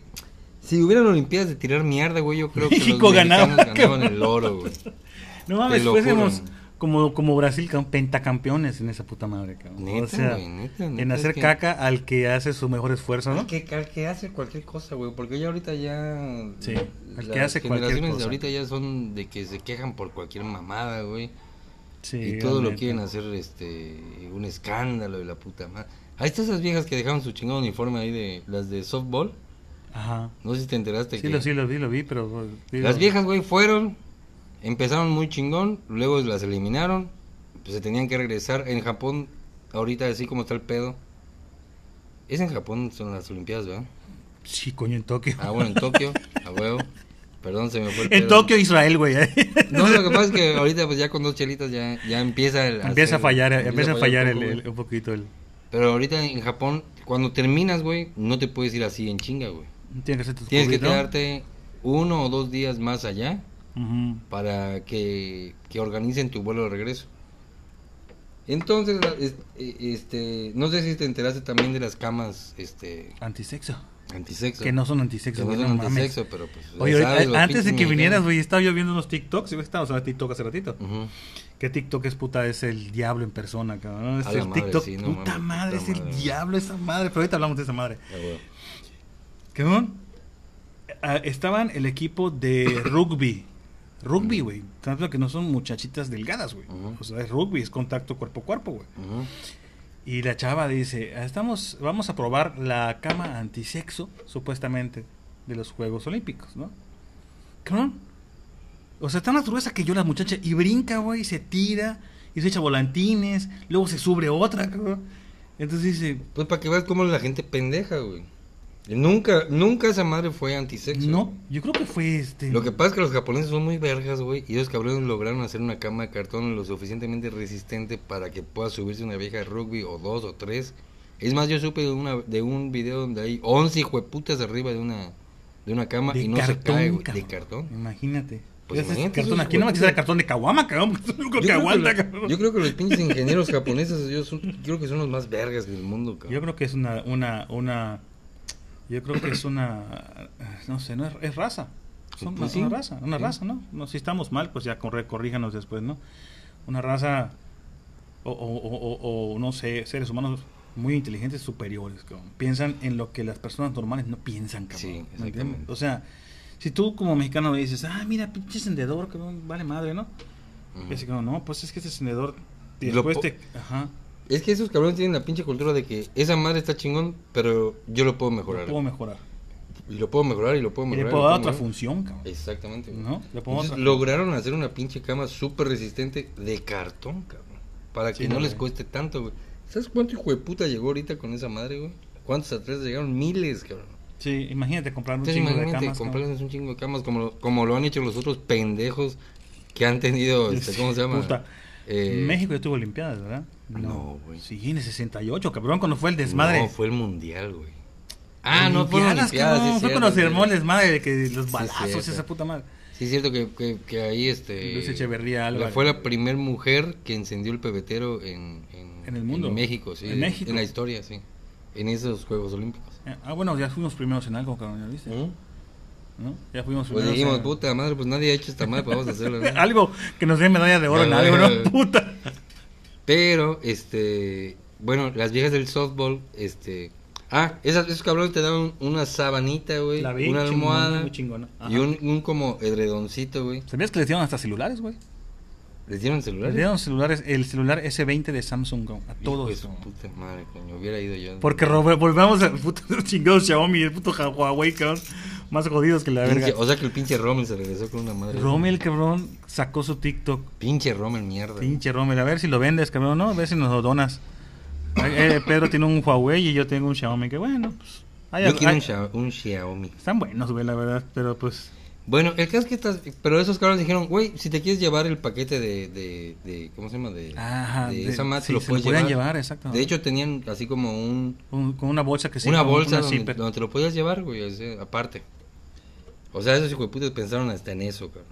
[SPEAKER 2] si hubieran Olimpiadas de tirar mierda, güey, yo creo que
[SPEAKER 1] México
[SPEAKER 2] los mexicanos
[SPEAKER 1] ganaba,
[SPEAKER 2] ganaban el oro, güey.
[SPEAKER 1] no mames,
[SPEAKER 2] te lo
[SPEAKER 1] fuésemos
[SPEAKER 2] juro.
[SPEAKER 1] como, como Brasil, cabrón, pentacampeones en esa puta madre, cabrón. o
[SPEAKER 2] Neta,
[SPEAKER 1] sea,
[SPEAKER 2] güey, neta,
[SPEAKER 1] en
[SPEAKER 2] neta,
[SPEAKER 1] hacer
[SPEAKER 2] es pues que-
[SPEAKER 1] caca al que hace su mejor esfuerzo, ¿no?
[SPEAKER 2] Al que, al que hace cualquier cosa, güey, porque ya ahorita ya...
[SPEAKER 1] Sí, al
[SPEAKER 2] las
[SPEAKER 1] que hace cualquier
[SPEAKER 2] generaciones de
[SPEAKER 1] cosa.
[SPEAKER 2] ahorita ya son de que se quejan por cualquier mamada, güey.
[SPEAKER 1] Sí,
[SPEAKER 2] y todo lo
[SPEAKER 1] realmente.
[SPEAKER 2] quieren hacer este un escándalo de la puta madre. Ahí están esas viejas que dejaron su chingado uniforme ahí de las de softball.
[SPEAKER 1] Ajá.
[SPEAKER 2] No sé si te
[SPEAKER 1] Sí,
[SPEAKER 2] enteraste Este que
[SPEAKER 1] lo, sí, lo vi, lo vi, pero... pues, digo,
[SPEAKER 2] las viejas, güey, fueron, empezaron muy chingón, luego las eliminaron, pues se tenían que regresar. En Japón, ahorita así como está el pedo. Es en Japón, son las Olimpiadas, ¿verdad?
[SPEAKER 1] Sí, coño, en Tokio.
[SPEAKER 2] Ah, bueno, en Tokio, a huevo. Perdón, se me fue el
[SPEAKER 1] en
[SPEAKER 2] pedo.
[SPEAKER 1] Tokio, Israel, güey. ¿eh?
[SPEAKER 2] No, lo que pasa es que ahorita pues ya con dos chelitas ya, ya Ah, empieza el
[SPEAKER 1] empieza a
[SPEAKER 2] hacer-
[SPEAKER 1] fallar, empieza a fallar
[SPEAKER 2] un
[SPEAKER 1] el,
[SPEAKER 2] poco, güey.
[SPEAKER 1] el- un poquito el...
[SPEAKER 2] Pero ahorita en Japón, cuando terminas, güey, no te puedes ir así en chinga, güey.
[SPEAKER 1] Tienes que hacer tu
[SPEAKER 2] Tienes que
[SPEAKER 1] cubrito.
[SPEAKER 2] quedarte uno o dos días más allá
[SPEAKER 1] Ujú.
[SPEAKER 2] para que, que organicen tu vuelo de regreso. Entonces, la- es- eh, este, no sé si te enteraste también de las camas, este,
[SPEAKER 1] Antisexo.
[SPEAKER 2] antisexo.
[SPEAKER 1] Que no son
[SPEAKER 2] Que
[SPEAKER 1] antisexo,
[SPEAKER 2] no
[SPEAKER 1] güey,
[SPEAKER 2] son
[SPEAKER 1] no mames.
[SPEAKER 2] antisexo, pero pues. ya
[SPEAKER 1] Oye, ahorita-
[SPEAKER 2] sabes, los
[SPEAKER 1] antes de
[SPEAKER 2] pinches
[SPEAKER 1] que vinieras,
[SPEAKER 2] mexicanos.
[SPEAKER 1] güey, estaba yo viendo unos TikToks, güey, estaba usando TikTok hace ratito.
[SPEAKER 2] Ujú.
[SPEAKER 1] Que TikTok es puta, es el diablo en persona, cabrón. Es
[SPEAKER 2] A la
[SPEAKER 1] el
[SPEAKER 2] madre,
[SPEAKER 1] TikTok,
[SPEAKER 2] sí, no
[SPEAKER 1] puta
[SPEAKER 2] mames,
[SPEAKER 1] madre,
[SPEAKER 2] puta
[SPEAKER 1] es el
[SPEAKER 2] madre.
[SPEAKER 1] diablo esa madre. Pero ahorita hablamos de esa madre.
[SPEAKER 2] Ah, güey.
[SPEAKER 1] Cabrón, ah, estaban el equipo de rugby.
[SPEAKER 2] Mm.
[SPEAKER 1] Rugby, güey. Tanto que no son muchachitas delgadas, güey.
[SPEAKER 2] Ujú.
[SPEAKER 1] O sea, es rugby, es contacto cuerpo a cuerpo, güey.
[SPEAKER 2] Ujú.
[SPEAKER 1] Y la chava dice, "Ah, estamos, vamos a probar la cama antisexo, supuestamente, de los Juegos Olímpicos, ¿no? Cabrón. O sea, está más gruesa que yo la muchacha y brinca, güey, y se tira, y se echa volantines, luego se sube otra, cabrón. Entonces dice,
[SPEAKER 2] Pues para que veas cómo la gente pendeja, güey. Nunca, nunca esa madre fue antisexo.
[SPEAKER 1] no,
[SPEAKER 2] güey.
[SPEAKER 1] yo creo que fue este...
[SPEAKER 2] Lo que pasa es que los japoneses son muy vergas, güey. Y los cabrones lograron hacer una cama de cartón lo suficientemente resistente para que pueda subirse una vieja de rugby o dos o tres. Es más, yo supe de, una, de un video donde hay 11 hijueputas arriba de una, de una cama
[SPEAKER 1] de
[SPEAKER 2] y no
[SPEAKER 1] cartón,
[SPEAKER 2] se cae, güey. De
[SPEAKER 1] cabrón.
[SPEAKER 2] cartón.
[SPEAKER 1] Imagínate.
[SPEAKER 2] Pues
[SPEAKER 1] Ese es
[SPEAKER 2] imagínate,
[SPEAKER 1] cartón
[SPEAKER 2] esos
[SPEAKER 1] aquí, no me
[SPEAKER 2] güeyes.
[SPEAKER 1] quisiera cartón de caguama, cabrón, porque es lo único
[SPEAKER 2] Yo
[SPEAKER 1] que
[SPEAKER 2] creo, que
[SPEAKER 1] aguanta,
[SPEAKER 2] los,
[SPEAKER 1] cabrón.
[SPEAKER 2] yo creo que los pinches ingenieros japoneses, yo son- yo creo que son los más vergas del mundo, cabrón.
[SPEAKER 1] Yo creo que es una, una, una, yo creo que es una, no sé, no es, es raza. Son
[SPEAKER 2] Pues
[SPEAKER 1] una
[SPEAKER 2] sí,
[SPEAKER 1] raza, una
[SPEAKER 2] sí.
[SPEAKER 1] raza, ¿no? ¿no? Si estamos mal, pues ya corre, corríjanos después, ¿no? Una raza, o, o- o- o- o, no sé, seres humanos muy inteligentes, superiores, cabrón. Piensan en lo que las personas normales no piensan, cabrón.
[SPEAKER 2] Sí,
[SPEAKER 1] ¿me entiendes?
[SPEAKER 2] exactamente.
[SPEAKER 1] O sea, si tú como mexicano le dices, ah, mira, pinche encendedor, cabrón, vale madre, ¿no?
[SPEAKER 2] Ujú.
[SPEAKER 1] Y así como, no, pues es que este encendedor,
[SPEAKER 2] Lo
[SPEAKER 1] después
[SPEAKER 2] po-
[SPEAKER 1] te, ajá,
[SPEAKER 2] Es que esos cabrones tienen la pinche cultura de que esa madre está chingón, pero yo lo puedo
[SPEAKER 1] lo
[SPEAKER 2] mejorar.
[SPEAKER 1] puedo mejorar.
[SPEAKER 2] Y lo puedo mejorar y lo puedo
[SPEAKER 1] Y
[SPEAKER 2] mejorar.
[SPEAKER 1] le
[SPEAKER 2] lo
[SPEAKER 1] puedo dar otra
[SPEAKER 2] mejorar.
[SPEAKER 1] función, cabrón.
[SPEAKER 2] Exactamente. güey.
[SPEAKER 1] ¿No? Le pongo
[SPEAKER 2] Entonces,
[SPEAKER 1] otra.
[SPEAKER 2] lograron hacer una pinche cama súper resistente de cartón, cabrón. Para
[SPEAKER 1] Sí,
[SPEAKER 2] que no
[SPEAKER 1] güey.
[SPEAKER 2] les cueste tanto, güey. ¿Sabes cuánto hijo de puta llegó ahorita con esa madre, güey? ¿Cuántos atletas llegaron? Miles, cabrón.
[SPEAKER 1] Sí, imagínate comprar un
[SPEAKER 2] Entonces
[SPEAKER 1] chingo de
[SPEAKER 2] imagínate
[SPEAKER 1] camas. cabrón.
[SPEAKER 2] comprarles un chingo de camas como lo, como lo han hecho los otros pendejos que han tenido, este, ¿cómo se llama?
[SPEAKER 1] Puta.
[SPEAKER 2] Eh, Ah,
[SPEAKER 1] México ya tuvo Olimpiadas, ¿verdad?
[SPEAKER 2] No, güey.
[SPEAKER 1] Sí, en el 68, cabrón, cuando fue el desmadre.
[SPEAKER 2] No, fue el mundial, güey. Ah, no, fue
[SPEAKER 1] Olimpiadas,
[SPEAKER 2] Olimpiadas, sí,
[SPEAKER 1] cabrón,
[SPEAKER 2] es
[SPEAKER 1] Fue
[SPEAKER 2] cierto,
[SPEAKER 1] cuando se
[SPEAKER 2] sí.
[SPEAKER 1] armó el desmadre de que los
[SPEAKER 2] Sí,
[SPEAKER 1] balazos,
[SPEAKER 2] cierto.
[SPEAKER 1] esa puta madre.
[SPEAKER 2] Sí, es cierto que, que- que ahí este.
[SPEAKER 1] Luis Echeverría Álvarez.
[SPEAKER 2] la- Fue la primer mujer que encendió el pebetero en, en,
[SPEAKER 1] En el mundo.
[SPEAKER 2] México, sí.
[SPEAKER 1] En México.
[SPEAKER 2] En la historia, sí. En esos Juegos Olímpicos.
[SPEAKER 1] Eh, Ah, bueno, ya fuimos primeros en algo, cabrón, ¿ya viste?
[SPEAKER 2] ¿Mm?
[SPEAKER 1] ¿No? Ya fuimos
[SPEAKER 2] Pues
[SPEAKER 1] primeros.
[SPEAKER 2] dijimos,
[SPEAKER 1] en-
[SPEAKER 2] puta madre, pues nadie ha hecho esta madre, pues vamos a hacerlo. ¿no?".
[SPEAKER 1] algo que nos dé medalla de oro en
[SPEAKER 2] Ya,
[SPEAKER 1] algo,
[SPEAKER 2] ya,
[SPEAKER 1] ¿no?
[SPEAKER 2] ya.
[SPEAKER 1] Puta.
[SPEAKER 2] Pero, este. Bueno, las viejas del softball, este. Ah, esas, esos cabrones te daban una sabanita, güey.
[SPEAKER 1] La vi,
[SPEAKER 2] Una
[SPEAKER 1] chingona,
[SPEAKER 2] almohada.
[SPEAKER 1] muy chingona. Ajá.
[SPEAKER 2] Y un, un como edredoncito, güey.
[SPEAKER 1] ¿Sabías que les dieron hasta celulares, güey?
[SPEAKER 2] ¿Les dieron celulares?
[SPEAKER 1] Le dieron celulares, el celular S20 de Samsung a
[SPEAKER 2] Hijo
[SPEAKER 1] todos.
[SPEAKER 2] de su puta madre, coño. Hubiera ido yo.
[SPEAKER 1] Porque Robert, volvemos al puto chingado Xiaomi, el puto Ja- Huawei, cabrón. Más jodidos que la verga.
[SPEAKER 2] Pinche- o sea que el pinche Rommel se regresó con una madre.
[SPEAKER 1] Rommel, cabrón, sacó su TikTok.
[SPEAKER 2] Pinche Rommel, mierda.
[SPEAKER 1] Pinche Rommel, a ver si lo vendes, cabrón, ¿no? A ver si nos lo donas. Eh, Pedro tiene un Huawei y yo tengo un Xiaomi, que bueno, pues. hay-
[SPEAKER 2] Yo quiero
[SPEAKER 1] hay-
[SPEAKER 2] un, Xia- un Xiaomi.
[SPEAKER 1] Están buenos, güey, la verdad, pero pues.
[SPEAKER 2] Bueno, el caso es que estas. Pero esos cabrones dijeron, güey, si te quieres llevar el paquete de. de, de- ¿Cómo se llama? De,
[SPEAKER 1] Ah,
[SPEAKER 2] de
[SPEAKER 1] de-
[SPEAKER 2] esa madre,
[SPEAKER 1] sí,
[SPEAKER 2] lo
[SPEAKER 1] se lo
[SPEAKER 2] puedes
[SPEAKER 1] podían
[SPEAKER 2] llevar.
[SPEAKER 1] llevar, exacto.
[SPEAKER 2] De hecho, tenían así como un.
[SPEAKER 1] un- con una bolsa que sí.
[SPEAKER 2] una
[SPEAKER 1] como
[SPEAKER 2] bolsa donde,
[SPEAKER 1] zipper.
[SPEAKER 2] donde te lo podías llevar, güey, o sea, aparte. O sea, esos hijos de putas pensaron hasta en eso, cabrón.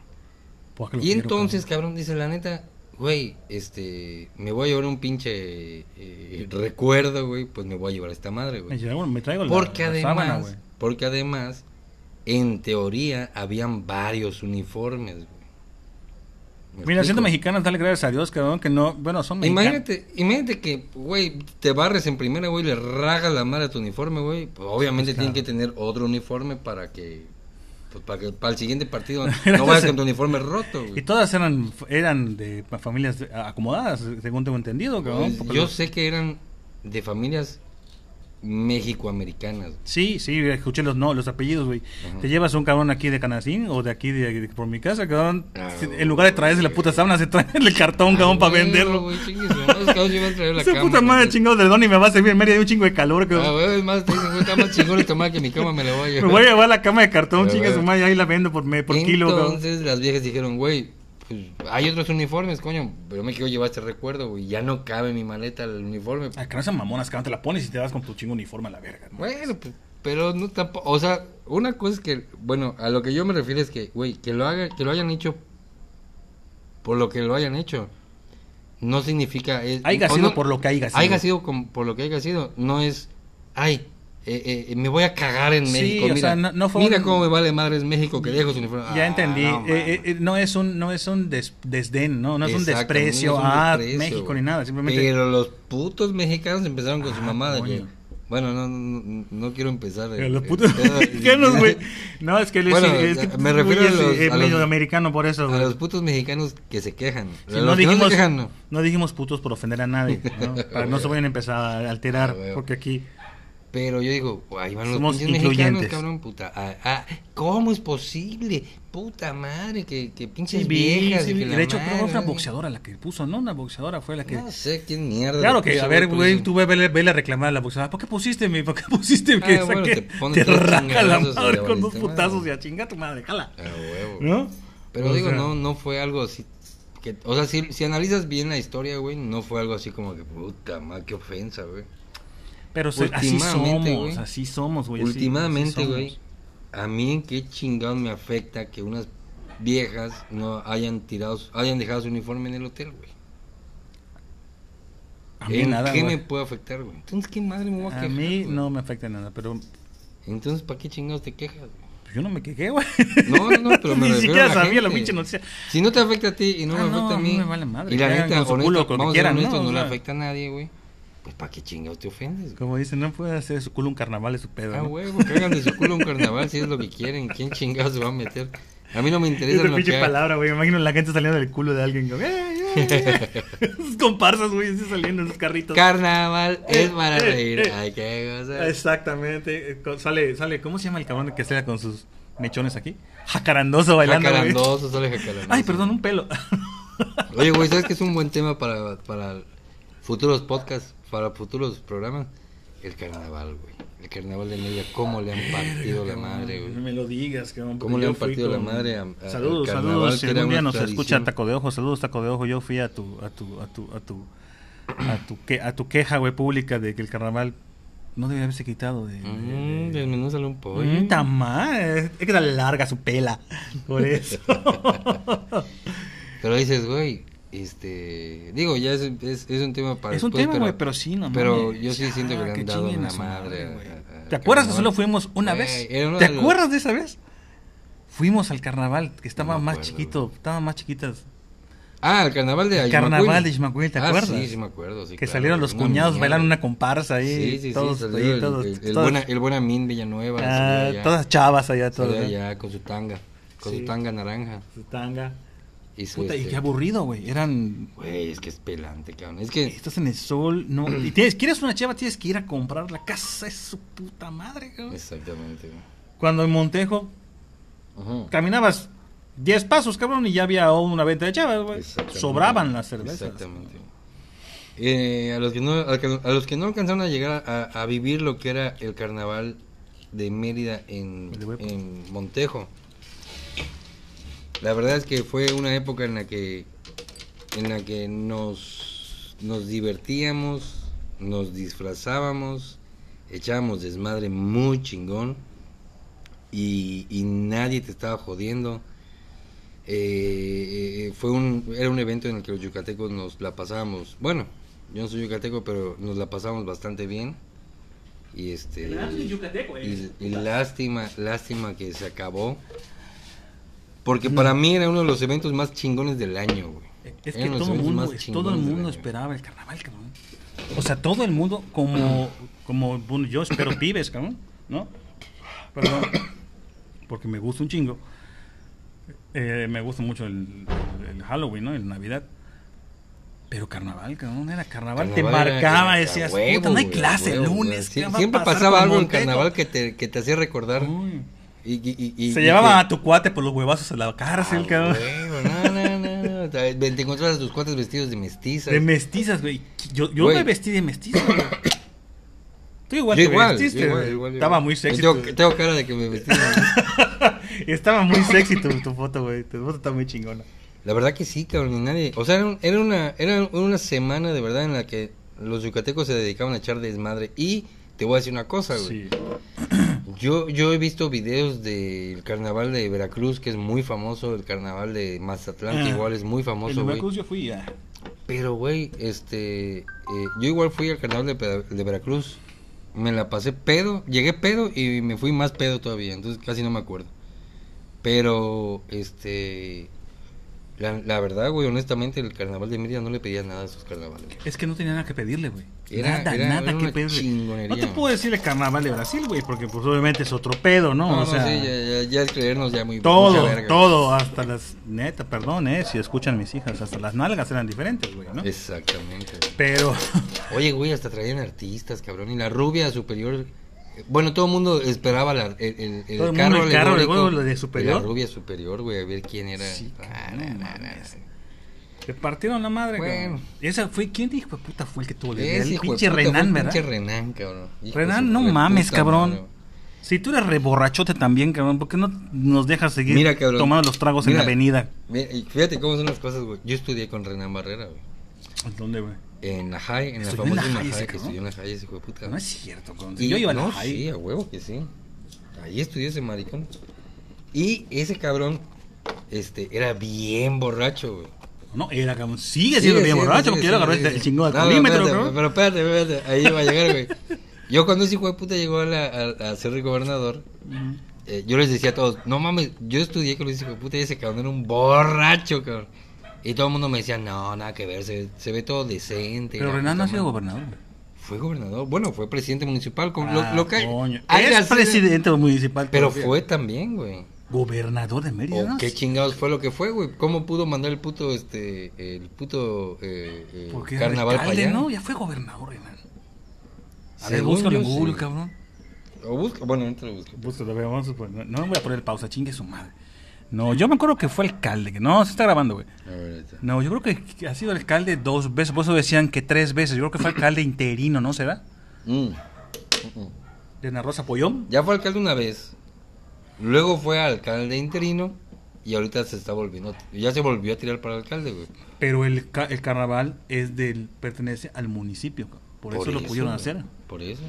[SPEAKER 1] Pues, que lo
[SPEAKER 2] Y
[SPEAKER 1] quiero,
[SPEAKER 2] entonces, cabrón, dice la neta, güey, este, me voy a llevar un pinche eh, recuerdo, güey, pues me voy a llevar esta madre,
[SPEAKER 1] cabrón. Me
[SPEAKER 2] güey.
[SPEAKER 1] llevo- me traigo la-
[SPEAKER 2] Porque
[SPEAKER 1] la sábana,
[SPEAKER 2] además,
[SPEAKER 1] güey.
[SPEAKER 2] porque además, en teoría, habían varios uniformes, güey. ¿Me
[SPEAKER 1] Mira, siendo
[SPEAKER 2] explico?
[SPEAKER 1] mexicanos, dale gracias a Dios, cabrón, que no. Bueno, son mexicanos.
[SPEAKER 2] Imagínate, imagínate que, güey, te barres en primera, güey, le ragas la madre a tu uniforme, güey. Pues, obviamente
[SPEAKER 1] Pues, claro.
[SPEAKER 2] tienen que tener otro uniforme para que, pues, para que para el siguiente partido
[SPEAKER 1] Era
[SPEAKER 2] no vayas
[SPEAKER 1] ese-
[SPEAKER 2] con tu uniforme roto,
[SPEAKER 1] Y
[SPEAKER 2] güey.
[SPEAKER 1] todas eran eran de pa- familias de- acomodadas, según tengo entendido, cabrón.
[SPEAKER 2] Pues,
[SPEAKER 1] porque
[SPEAKER 2] Yo
[SPEAKER 1] los-
[SPEAKER 2] sé que eran de familias mexicoamericanas.
[SPEAKER 1] Sí, sí, escuché los no, los apellidos, güey.
[SPEAKER 2] Ajá.
[SPEAKER 1] Te llevas un cabrón aquí de Canacín o de aquí de, de- por mi casa, cabrón.
[SPEAKER 2] Ah,
[SPEAKER 1] si-
[SPEAKER 2] güey.
[SPEAKER 1] en lugar de traerse la puta sábana, se traen el cartón, cabrón, para
[SPEAKER 2] Ah, Güey,
[SPEAKER 1] venderlo.
[SPEAKER 2] güey, chingue su madre, cabrón, yo iba a traer la
[SPEAKER 1] Esa
[SPEAKER 2] cama,
[SPEAKER 1] puta madre
[SPEAKER 2] güey.
[SPEAKER 1] chingado de Donny me va a servir en medio de un chingo de calor,
[SPEAKER 2] Ah,
[SPEAKER 1] cabrón.
[SPEAKER 2] güey, es más, te dicen, güey, está más chingón esta madre que mi cama me la voy a
[SPEAKER 1] me
[SPEAKER 2] llevar.
[SPEAKER 1] voy a llevar la cama de cartón,
[SPEAKER 2] Pero,
[SPEAKER 1] chinga su
[SPEAKER 2] Ah, güey.
[SPEAKER 1] madre, ahí la vendo por, me, por kilo, cabrón.
[SPEAKER 2] Entonces las viejas dijeron, güey, pues, hay otros uniformes, coño, pero me quiero llevar este recuerdo, güey. Ya no cabe en mi maleta el uniforme.
[SPEAKER 1] Ah, que no sean mamonas, cabrón, te la pones y te vas con tu chingo uniforme a la verga. ¿no?
[SPEAKER 2] Bueno, pues, pero no tampoco, o sea, una cosa es que, bueno, a lo que yo me refiero es que, güey, que lo haga, que lo hayan hecho por lo que lo hayan hecho. No significa es-
[SPEAKER 1] Haiga
[SPEAKER 2] o
[SPEAKER 1] sido
[SPEAKER 2] no-
[SPEAKER 1] por lo que haiga sido.
[SPEAKER 2] Haiga sido com- por lo que haya sido, no es ay eh, eh, me voy a cagar en
[SPEAKER 1] Sí,
[SPEAKER 2] México.
[SPEAKER 1] o
[SPEAKER 2] Mira,
[SPEAKER 1] sea, no- no fue
[SPEAKER 2] mira
[SPEAKER 1] un-
[SPEAKER 2] cómo me vale madres México que dejo su uniforme.
[SPEAKER 1] Ya
[SPEAKER 2] Ah,
[SPEAKER 1] entendí. Eh, eh, eh,
[SPEAKER 2] no,
[SPEAKER 1] No, es un, no es un des- desdén, ¿no? No es un
[SPEAKER 2] Exacto,
[SPEAKER 1] desprecio
[SPEAKER 2] no es un
[SPEAKER 1] a
[SPEAKER 2] desprecio,
[SPEAKER 1] México
[SPEAKER 2] güey.
[SPEAKER 1] ni nada. Simplemente.
[SPEAKER 2] Pero los putos mexicanos empezaron con su
[SPEAKER 1] Ah,
[SPEAKER 2] mamada. que-
[SPEAKER 1] coño.
[SPEAKER 2] bueno, no, no, no- no quiero empezar.
[SPEAKER 1] Pero
[SPEAKER 2] el-
[SPEAKER 1] los
[SPEAKER 2] el
[SPEAKER 1] putos
[SPEAKER 2] pedo.
[SPEAKER 1] mexicanos, güey. No, es que él es-
[SPEAKER 2] eh, Bueno,
[SPEAKER 1] es que
[SPEAKER 2] me refiero
[SPEAKER 1] güey,
[SPEAKER 2] a
[SPEAKER 1] es,
[SPEAKER 2] los-
[SPEAKER 1] eh,
[SPEAKER 2] a los-
[SPEAKER 1] medio americano por eso,
[SPEAKER 2] A
[SPEAKER 1] güey.
[SPEAKER 2] los putos mexicanos que se quejan.
[SPEAKER 1] Sí,
[SPEAKER 2] A
[SPEAKER 1] no,
[SPEAKER 2] los que no se
[SPEAKER 1] dijimos,
[SPEAKER 2] quejan, no.
[SPEAKER 1] no dijimos putos por ofender a nadie, ¿no? Para que no se vayan a empezar a alterar,
[SPEAKER 2] Ah, güey.
[SPEAKER 1] porque aquí
[SPEAKER 2] Pero yo digo, ahí van los
[SPEAKER 1] Somos
[SPEAKER 2] pinches mexicanos,
[SPEAKER 1] incluyentes.
[SPEAKER 2] cabrón, puta. Ah, ah, ¿Cómo es posible? Puta madre, que, que pinches
[SPEAKER 1] Sí, vi,
[SPEAKER 2] viejas.
[SPEAKER 1] sí,
[SPEAKER 2] y
[SPEAKER 1] vi.
[SPEAKER 2] que la
[SPEAKER 1] de hecho, creo que
[SPEAKER 2] madre,
[SPEAKER 1] fue una
[SPEAKER 2] güey.
[SPEAKER 1] boxeadora la que puso, ¿no? Una boxeadora fue la que...
[SPEAKER 2] No sé quién mierda.
[SPEAKER 1] Claro
[SPEAKER 2] le
[SPEAKER 1] que,
[SPEAKER 2] puso,
[SPEAKER 1] a ver,
[SPEAKER 2] pues,
[SPEAKER 1] güey,
[SPEAKER 2] un-
[SPEAKER 1] tú ve, vele, vele a reclamar a la boxeadora. ¿Por qué pusiste mi, por qué pusiste que
[SPEAKER 2] Ah, bueno,
[SPEAKER 1] saqué?
[SPEAKER 2] te ponen
[SPEAKER 1] Te
[SPEAKER 2] tres
[SPEAKER 1] raja la madre
[SPEAKER 2] chingadazos y ya
[SPEAKER 1] con dos
[SPEAKER 2] valiste madre.
[SPEAKER 1] putazos y a chinga tu madre, jala.
[SPEAKER 2] A huevo.
[SPEAKER 1] ¿No?
[SPEAKER 2] Pero
[SPEAKER 1] O
[SPEAKER 2] digo,
[SPEAKER 1] sea,
[SPEAKER 2] no, no fue algo así. Que, o sea, si, si analizas bien la historia, güey, no fue algo así como que, puta madre, qué ofensa, güey.
[SPEAKER 1] Pero se- así
[SPEAKER 2] últimamente,
[SPEAKER 1] somos,
[SPEAKER 2] güey.
[SPEAKER 1] así somos, güey. así- así
[SPEAKER 2] Últimamente,
[SPEAKER 1] somos.
[SPEAKER 2] güey, a mí en qué chingado me afecta que unas viejas no hayan tirado, su- hayan dejado su uniforme en el hotel, güey.
[SPEAKER 1] A mí
[SPEAKER 2] ¿En
[SPEAKER 1] nada,
[SPEAKER 2] qué
[SPEAKER 1] güey.
[SPEAKER 2] me puede afectar, güey? Entonces, ¿qué madre me voy a
[SPEAKER 1] A
[SPEAKER 2] quejar,
[SPEAKER 1] mí
[SPEAKER 2] güey?
[SPEAKER 1] no me afecta nada, pero pues
[SPEAKER 2] Entonces, ¿para qué chingados te quejas, güey?
[SPEAKER 1] yo no me quejé, güey.
[SPEAKER 2] No, no, no, pero me
[SPEAKER 1] Ni
[SPEAKER 2] refiero
[SPEAKER 1] siquiera
[SPEAKER 2] a la
[SPEAKER 1] sabía la
[SPEAKER 2] gente.
[SPEAKER 1] pinche noticia.
[SPEAKER 2] Si no te afecta a ti y no
[SPEAKER 1] Ah,
[SPEAKER 2] me
[SPEAKER 1] no,
[SPEAKER 2] afecta
[SPEAKER 1] a
[SPEAKER 2] a
[SPEAKER 1] mí
[SPEAKER 2] mí,
[SPEAKER 1] me vale madre,
[SPEAKER 2] y la
[SPEAKER 1] que hagan
[SPEAKER 2] neta,
[SPEAKER 1] con su
[SPEAKER 2] honesto,
[SPEAKER 1] culo lo que
[SPEAKER 2] vamos a ser
[SPEAKER 1] quieran, ¿no?
[SPEAKER 2] honestos, no,
[SPEAKER 1] O
[SPEAKER 2] le
[SPEAKER 1] sea.
[SPEAKER 2] afecta a nadie, güey. Pues, ¿para qué chingados te ofendes, güey?
[SPEAKER 1] Como dicen, no puede hacer su culo un carnaval, es su pedo.
[SPEAKER 2] Ah,
[SPEAKER 1] ¿no?
[SPEAKER 2] huevo, que hagan de su culo un carnaval si es lo que quieren. ¿Quién chingados se va a meter? A mí no me interesa
[SPEAKER 1] Esa
[SPEAKER 2] lo que
[SPEAKER 1] pinche
[SPEAKER 2] haga.
[SPEAKER 1] palabra, güey. Me imagino la gente saliendo del culo de alguien. Como, eh, eh, eh. Esos comparsas, güey, así saliendo en sus carritos.
[SPEAKER 2] Carnaval es para
[SPEAKER 1] Eh, eh,
[SPEAKER 2] reír.
[SPEAKER 1] eh.
[SPEAKER 2] Hay que gozar.
[SPEAKER 1] Exactamente. eh, co- Sale, sale, ¿cómo se llama el cabrón que sea con sus mechones aquí? Jacarandoso bailando, güey.
[SPEAKER 2] Jacarandoso, sale jacarandoso.
[SPEAKER 1] Ay, perdón, un pelo.
[SPEAKER 2] Oye, güey, ¿sabes que es un buen tema para, para futuros podcasts, para futuros programas? El carnaval, güey. El carnaval de media, cómo le han partido la madre,
[SPEAKER 1] No
[SPEAKER 2] güey.
[SPEAKER 1] me lo digas, cabrón. porque
[SPEAKER 2] ¿Cómo le
[SPEAKER 1] yo
[SPEAKER 2] han
[SPEAKER 1] fui
[SPEAKER 2] partido la madre a- a-
[SPEAKER 1] saludos,
[SPEAKER 2] al carnaval,
[SPEAKER 1] saludos. Si
[SPEAKER 2] que era
[SPEAKER 1] algún día
[SPEAKER 2] una
[SPEAKER 1] nos
[SPEAKER 2] tradición?
[SPEAKER 1] escucha Taco de Ojo, saludos, Taco de Ojo. Yo fui a tu, a tu, a tu, a tu, a tu, que, a tu queja, güey, pública de que el carnaval no debía haberse quitado de. de-
[SPEAKER 2] Mmm,
[SPEAKER 1] de-
[SPEAKER 2] desmenúzale un pollo.
[SPEAKER 1] Mm, ta madre, Es que tan larga su pela. Por eso.
[SPEAKER 2] Pero dices, güey, este. Digo, ya es, es, es un tema para.
[SPEAKER 1] es un
[SPEAKER 2] después,
[SPEAKER 1] tema, güey, pero sí, no
[SPEAKER 2] Pero
[SPEAKER 1] mames.
[SPEAKER 2] yo sí siento que
[SPEAKER 1] Ah,
[SPEAKER 2] le han dado
[SPEAKER 1] chinguen a
[SPEAKER 2] una
[SPEAKER 1] su
[SPEAKER 2] madre.
[SPEAKER 1] güey.
[SPEAKER 2] a- a-
[SPEAKER 1] ¿Te
[SPEAKER 2] al
[SPEAKER 1] acuerdas que
[SPEAKER 2] carnaval?
[SPEAKER 1] solo fuimos una
[SPEAKER 2] Güey,
[SPEAKER 1] vez?
[SPEAKER 2] era uno
[SPEAKER 1] ¿Te
[SPEAKER 2] de los-
[SPEAKER 1] acuerdas de esa vez? Fuimos al carnaval, que estaba
[SPEAKER 2] me
[SPEAKER 1] más
[SPEAKER 2] acuerdo,
[SPEAKER 1] chiquito, estaban más chiquitas.
[SPEAKER 2] Ah, el carnaval de
[SPEAKER 1] El
[SPEAKER 2] Aymacuil.
[SPEAKER 1] carnaval de Aymacuil, ¿te
[SPEAKER 2] Ah,
[SPEAKER 1] acuerdas?
[SPEAKER 2] Sí, sí, me acuerdo. sí,
[SPEAKER 1] que
[SPEAKER 2] claro,
[SPEAKER 1] salieron los
[SPEAKER 2] una
[SPEAKER 1] cuñados,
[SPEAKER 2] mierda.
[SPEAKER 1] bailaron una comparsa ahí,
[SPEAKER 2] Sí, sí,
[SPEAKER 1] todos,
[SPEAKER 2] sí. salió
[SPEAKER 1] ahí,
[SPEAKER 2] el,
[SPEAKER 1] todos,
[SPEAKER 2] el- el
[SPEAKER 1] todos-
[SPEAKER 2] buena, el buen Amin Villanueva.
[SPEAKER 1] Ah,
[SPEAKER 2] salió allá,
[SPEAKER 1] todas ¿eh? chavas allá,
[SPEAKER 2] salió
[SPEAKER 1] todas. ¿no?
[SPEAKER 2] allá con su tanga. Con
[SPEAKER 1] Sí.
[SPEAKER 2] su tanga naranja.
[SPEAKER 1] Su tanga.
[SPEAKER 2] hizo
[SPEAKER 1] Puta, y
[SPEAKER 2] este-
[SPEAKER 1] qué aburrido, güey. Eran.
[SPEAKER 2] Güey, es que es pelante, cabrón. Es que
[SPEAKER 1] Estás en el sol, no. Y tienes, quieres una cheva, tienes que ir a comprar la casa de su puta madre, cabrón.
[SPEAKER 2] Exactamente, güey.
[SPEAKER 1] Cuando en Montejo
[SPEAKER 2] Ajá.
[SPEAKER 1] caminabas 10 pasos, cabrón, y ya había una venta de chavas, güey.
[SPEAKER 2] Exactamente.
[SPEAKER 1] Sobraban las cervezas.
[SPEAKER 2] Exactamente. Eh, a, los que no, alca- a los que no alcanzaron a llegar a, a vivir lo que era el carnaval de Mérida en,
[SPEAKER 1] El de Huepa.
[SPEAKER 2] en Montejo. La verdad es que fue una época en la que en la que nos nos divertíamos, nos disfrazábamos, echábamos desmadre muy chingón y, y nadie te estaba jodiendo. Eh, eh, fue un, era un evento en el que los yucatecos nos la pasábamos. Bueno, yo no soy yucateco, pero nos la pasábamos bastante bien. Y este. Y, y lástima, lástima que se acabó. Porque
[SPEAKER 1] Mm.
[SPEAKER 2] para mí era uno de los eventos más chingones del año, güey.
[SPEAKER 1] Es que
[SPEAKER 2] Eran los
[SPEAKER 1] todo el
[SPEAKER 2] eventos
[SPEAKER 1] mundo, güey,
[SPEAKER 2] más
[SPEAKER 1] todo el
[SPEAKER 2] chingones del
[SPEAKER 1] mundo
[SPEAKER 2] año.
[SPEAKER 1] esperaba el carnaval, cabrón. O sea, todo el mundo, como, como bueno, yo espero pibes, cabrón, ¿no? Perdón, porque me gusta un chingo. Eh, me gusta mucho el, el Halloween, ¿no? El Navidad. Pero carnaval, cabrón, era carnaval,
[SPEAKER 2] Carnaval
[SPEAKER 1] te
[SPEAKER 2] era
[SPEAKER 1] marcaba,
[SPEAKER 2] que-
[SPEAKER 1] decías,
[SPEAKER 2] a huevo,
[SPEAKER 1] puta, no hay
[SPEAKER 2] güey, a
[SPEAKER 1] clase el
[SPEAKER 2] huevo,
[SPEAKER 1] lunes,
[SPEAKER 2] güey. Sí,
[SPEAKER 1] ¿qué va a
[SPEAKER 2] siempre
[SPEAKER 1] pasar
[SPEAKER 2] pasaba
[SPEAKER 1] con
[SPEAKER 2] algo en
[SPEAKER 1] Montejo?
[SPEAKER 2] carnaval que te, que te hacía recordar.
[SPEAKER 1] Uy.
[SPEAKER 2] Y, y- y- y-
[SPEAKER 1] Se
[SPEAKER 2] y
[SPEAKER 1] llevaban
[SPEAKER 2] que-
[SPEAKER 1] a tu cuate por los huevazos a la cárcel,
[SPEAKER 2] Ah,
[SPEAKER 1] cabrón.
[SPEAKER 2] huevo, no, no, no, no. Te te encontrabas a tus cuates vestidos de mestizas.
[SPEAKER 1] De mestizas, güey. Yo, yo
[SPEAKER 2] Güey.
[SPEAKER 1] me vestí de mestiza, güey. Tú igual
[SPEAKER 2] Yo
[SPEAKER 1] te
[SPEAKER 2] igual,
[SPEAKER 1] vestiste,
[SPEAKER 2] yo igual,
[SPEAKER 1] güey.
[SPEAKER 2] igual,
[SPEAKER 1] Estaba
[SPEAKER 2] igual.
[SPEAKER 1] muy sexy.
[SPEAKER 2] Tengo,
[SPEAKER 1] tu-
[SPEAKER 2] tengo cara de que me vestí. de mestiza.
[SPEAKER 1] Estaba muy sexy tu, tu foto, güey. Tu foto está muy chingona.
[SPEAKER 2] La verdad que sí, cabrón, y nadie. O sea, era, un- era una, era una semana de verdad en la que los yucatecos se dedicaban a echar desmadre. Y te voy a decir una cosa, güey.
[SPEAKER 1] Sí.
[SPEAKER 2] Yo, yo he visto videos del carnaval de Veracruz, que es muy famoso, el carnaval de Mazatlán, que
[SPEAKER 1] Ah.
[SPEAKER 2] igual es muy
[SPEAKER 1] En
[SPEAKER 2] famoso, güey.
[SPEAKER 1] Veracruz yo fui ya.
[SPEAKER 2] Pero, güey, este. eh, yo igual fui al carnaval de, Peda- de Veracruz. Me la pasé pedo, llegué pedo y me fui más pedo todavía. Entonces casi no me acuerdo. Pero, este. La, la verdad, güey, honestamente, el carnaval de Mérida no le pedía nada a esos carnavales.
[SPEAKER 1] Es que no tenía nada que pedirle, güey.
[SPEAKER 2] Era-
[SPEAKER 1] nada,
[SPEAKER 2] era-
[SPEAKER 1] nada
[SPEAKER 2] era
[SPEAKER 1] que
[SPEAKER 2] una
[SPEAKER 1] pedirle.
[SPEAKER 2] chingonería,
[SPEAKER 1] No te
[SPEAKER 2] güey.
[SPEAKER 1] puedo decir el carnaval de Brasil, güey, porque pues obviamente es otro pedo, ¿no?
[SPEAKER 2] No,
[SPEAKER 1] o
[SPEAKER 2] no,
[SPEAKER 1] sea,
[SPEAKER 2] sí, ya, ya- ya es creernos ya muy
[SPEAKER 1] todo,
[SPEAKER 2] mucha verga.
[SPEAKER 1] todo, ah. hasta las... Neta, perdón, eh, si escuchan mis hijas, hasta las nalgas eran diferentes, güey, ¿no?
[SPEAKER 2] Exactamente. güey.
[SPEAKER 1] Pero...
[SPEAKER 2] Oye, güey, hasta traían artistas, cabrón. Y la rubia superior. Bueno, todo el mundo esperaba la- el, el, el
[SPEAKER 1] Todo el mundo
[SPEAKER 2] carro
[SPEAKER 1] el carro
[SPEAKER 2] alegórico
[SPEAKER 1] alegórico de
[SPEAKER 2] y
[SPEAKER 1] superior.
[SPEAKER 2] La rubia superior, güey, a ver quién era.
[SPEAKER 1] Sí,
[SPEAKER 2] Ah,
[SPEAKER 1] cabrón,
[SPEAKER 2] na, na, na.
[SPEAKER 1] mames. Te partieron la madre,
[SPEAKER 2] Bueno.
[SPEAKER 1] cabrón. Esa fue, ¿quién dijo de puta fue el que tuvo la idea?
[SPEAKER 2] Ese
[SPEAKER 1] Pues El
[SPEAKER 2] hijo de
[SPEAKER 1] pinche
[SPEAKER 2] puta fue
[SPEAKER 1] Renan,
[SPEAKER 2] el
[SPEAKER 1] ¿verdad?
[SPEAKER 2] Pinche Renan, cabrón. Hijo de
[SPEAKER 1] Renan,
[SPEAKER 2] su
[SPEAKER 1] no
[SPEAKER 2] puta
[SPEAKER 1] mames, cabrón.
[SPEAKER 2] madre, güey.
[SPEAKER 1] Si tú eres reborrachote también, cabrón, ¿por qué no nos dejas seguir
[SPEAKER 2] Mira, cabrón.
[SPEAKER 1] tomando los tragos en
[SPEAKER 2] Mira.
[SPEAKER 1] la avenida?
[SPEAKER 2] Mira, y fíjate cómo son las cosas, güey. Yo estudié con Renan Barrera, güey.
[SPEAKER 1] ¿Dónde, güey?
[SPEAKER 2] En la high, en la
[SPEAKER 1] Estudió en la
[SPEAKER 2] famosa en la
[SPEAKER 1] high ese
[SPEAKER 2] high, que
[SPEAKER 1] cabrón.
[SPEAKER 2] estudió en la high, ese hijo de puta.
[SPEAKER 1] No es cierto, cabrón.
[SPEAKER 2] Y-
[SPEAKER 1] Si yo iba a la
[SPEAKER 2] no,
[SPEAKER 1] high.
[SPEAKER 2] Sí, a huevo que sí. Ahí estudió ese maricón. Y ese cabrón, este, era bien borracho, güey.
[SPEAKER 1] No, era, cabrón. Sigue siendo bien
[SPEAKER 2] sí,
[SPEAKER 1] borracho
[SPEAKER 2] sí,
[SPEAKER 1] porque
[SPEAKER 2] sí,
[SPEAKER 1] yo le agarré
[SPEAKER 2] sí,
[SPEAKER 1] el
[SPEAKER 2] sí.
[SPEAKER 1] chingo de
[SPEAKER 2] No, pero
[SPEAKER 1] alcoholímetro,
[SPEAKER 2] espérate,
[SPEAKER 1] cabrón.
[SPEAKER 2] Pero espérate, espérate, ahí va a llegar, güey. Yo cuando ese hijo de puta llegó a, la- a- a ser el gobernador, eh, yo les decía a todos, no mames, yo estudié con ese hijo de puta y ese cabrón era un borracho, cabrón. Y todo el mundo me decía, no, nada que ver, se, se ve todo decente.
[SPEAKER 1] Pero
[SPEAKER 2] la
[SPEAKER 1] Renan no ha
[SPEAKER 2] puta
[SPEAKER 1] sido
[SPEAKER 2] madre".
[SPEAKER 1] gobernador, güey.
[SPEAKER 2] Fue gobernador, bueno, fue presidente municipal. Como
[SPEAKER 1] Ah,
[SPEAKER 2] lo, lo que
[SPEAKER 1] coño.
[SPEAKER 2] haya
[SPEAKER 1] Es
[SPEAKER 2] sido-
[SPEAKER 1] presidente municipal.
[SPEAKER 2] Pero
[SPEAKER 1] todavía.
[SPEAKER 2] fue también, güey.
[SPEAKER 1] Gobernador de Mérida,
[SPEAKER 2] O
[SPEAKER 1] ¿no?
[SPEAKER 2] qué chingados fue lo que fue, güey. ¿Cómo pudo mandar el puto, este, el puto eh, eh,
[SPEAKER 1] Porque era
[SPEAKER 2] carnaval para
[SPEAKER 1] alcalde,
[SPEAKER 2] allá?
[SPEAKER 1] ¿no? Ya fue gobernador, Renan. A ver,
[SPEAKER 2] Según
[SPEAKER 1] búscalo en
[SPEAKER 2] yo,
[SPEAKER 1] Google,
[SPEAKER 2] sí.
[SPEAKER 1] cabrón.
[SPEAKER 2] O busca, bueno, ahorita lo busco.
[SPEAKER 1] Búscalo, a ver, vamos a poner- No, no voy a poner pausa, chingue su madre. No, yo me acuerdo que fue alcalde. que- No, se está grabando, güey.
[SPEAKER 2] A ver, ahorita.
[SPEAKER 1] No, yo creo que ha sido alcalde dos veces. Por eso decían que tres veces. Yo creo que fue alcalde interino, ¿no será?
[SPEAKER 2] Mm.
[SPEAKER 1] De Ana Rosa Pollón.
[SPEAKER 2] Ya fue alcalde una vez. Luego fue alcalde interino. Y ahorita se está volviendo. Ya se volvió a tirar para alcalde, güey.
[SPEAKER 1] Pero el, ca- el carnaval es del pertenece al municipio. cabrón. Por, eso, lo pudieron
[SPEAKER 2] güey.
[SPEAKER 1] hacer.
[SPEAKER 2] Por eso.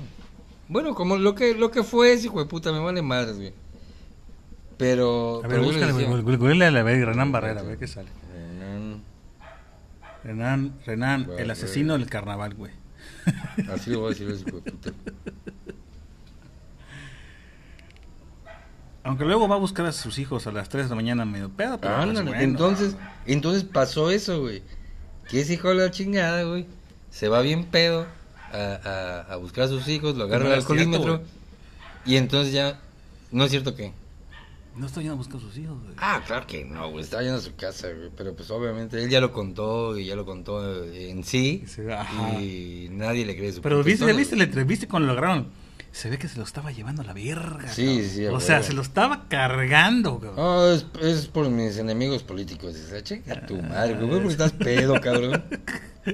[SPEAKER 2] Bueno, como lo que, lo que fue ese hijo de puta, me vale madres, güey. Pero.
[SPEAKER 1] A ver,
[SPEAKER 2] pero yo les
[SPEAKER 1] búscale,
[SPEAKER 2] decía-
[SPEAKER 1] güey, güey, güey, la ver, Renan Barrera, a ver qué sale.
[SPEAKER 2] Renan,
[SPEAKER 1] Renan, Renan, el
[SPEAKER 2] Barrera.
[SPEAKER 1] asesino del carnaval, güey.
[SPEAKER 2] Así le voy a decir a ese hijo de puta.
[SPEAKER 1] Ah, Aunque luego va a buscar a sus hijos a las 3 de la mañana medio pedo, pero pues,
[SPEAKER 2] Ándale,
[SPEAKER 1] bueno.
[SPEAKER 2] entonces, entonces pasó eso, güey. Que ese hijo de la chingada, güey, se va bien pedo a, a- a buscar a sus hijos, lo agarra
[SPEAKER 1] No
[SPEAKER 2] el
[SPEAKER 1] era cierto,
[SPEAKER 2] alcoholímetro.
[SPEAKER 1] güey.
[SPEAKER 2] Y entonces ya, no es cierto que.
[SPEAKER 1] No está yendo a buscar a sus hijos, güey.
[SPEAKER 2] Ah, claro que no, güey. Estaba yendo a su casa, güey. Pero pues obviamente él ya lo contó y ya lo contó en sí.
[SPEAKER 1] Y se- ajá.
[SPEAKER 2] Y nadie le cree su
[SPEAKER 1] Pero
[SPEAKER 2] puta
[SPEAKER 1] viste,
[SPEAKER 2] historia.
[SPEAKER 1] viste la entrevista cuando lo lograron. Se ve que se lo estaba llevando a la verga.
[SPEAKER 2] Sí,
[SPEAKER 1] cabrón.
[SPEAKER 2] sí, a
[SPEAKER 1] O sea,
[SPEAKER 2] huevo.
[SPEAKER 1] se lo estaba cargando, cabrón.
[SPEAKER 2] No, es, es por mis enemigos políticos. Dice, checa
[SPEAKER 1] Ah,
[SPEAKER 2] tu madre, güey. Porque estás pedo, cabrón. Ah.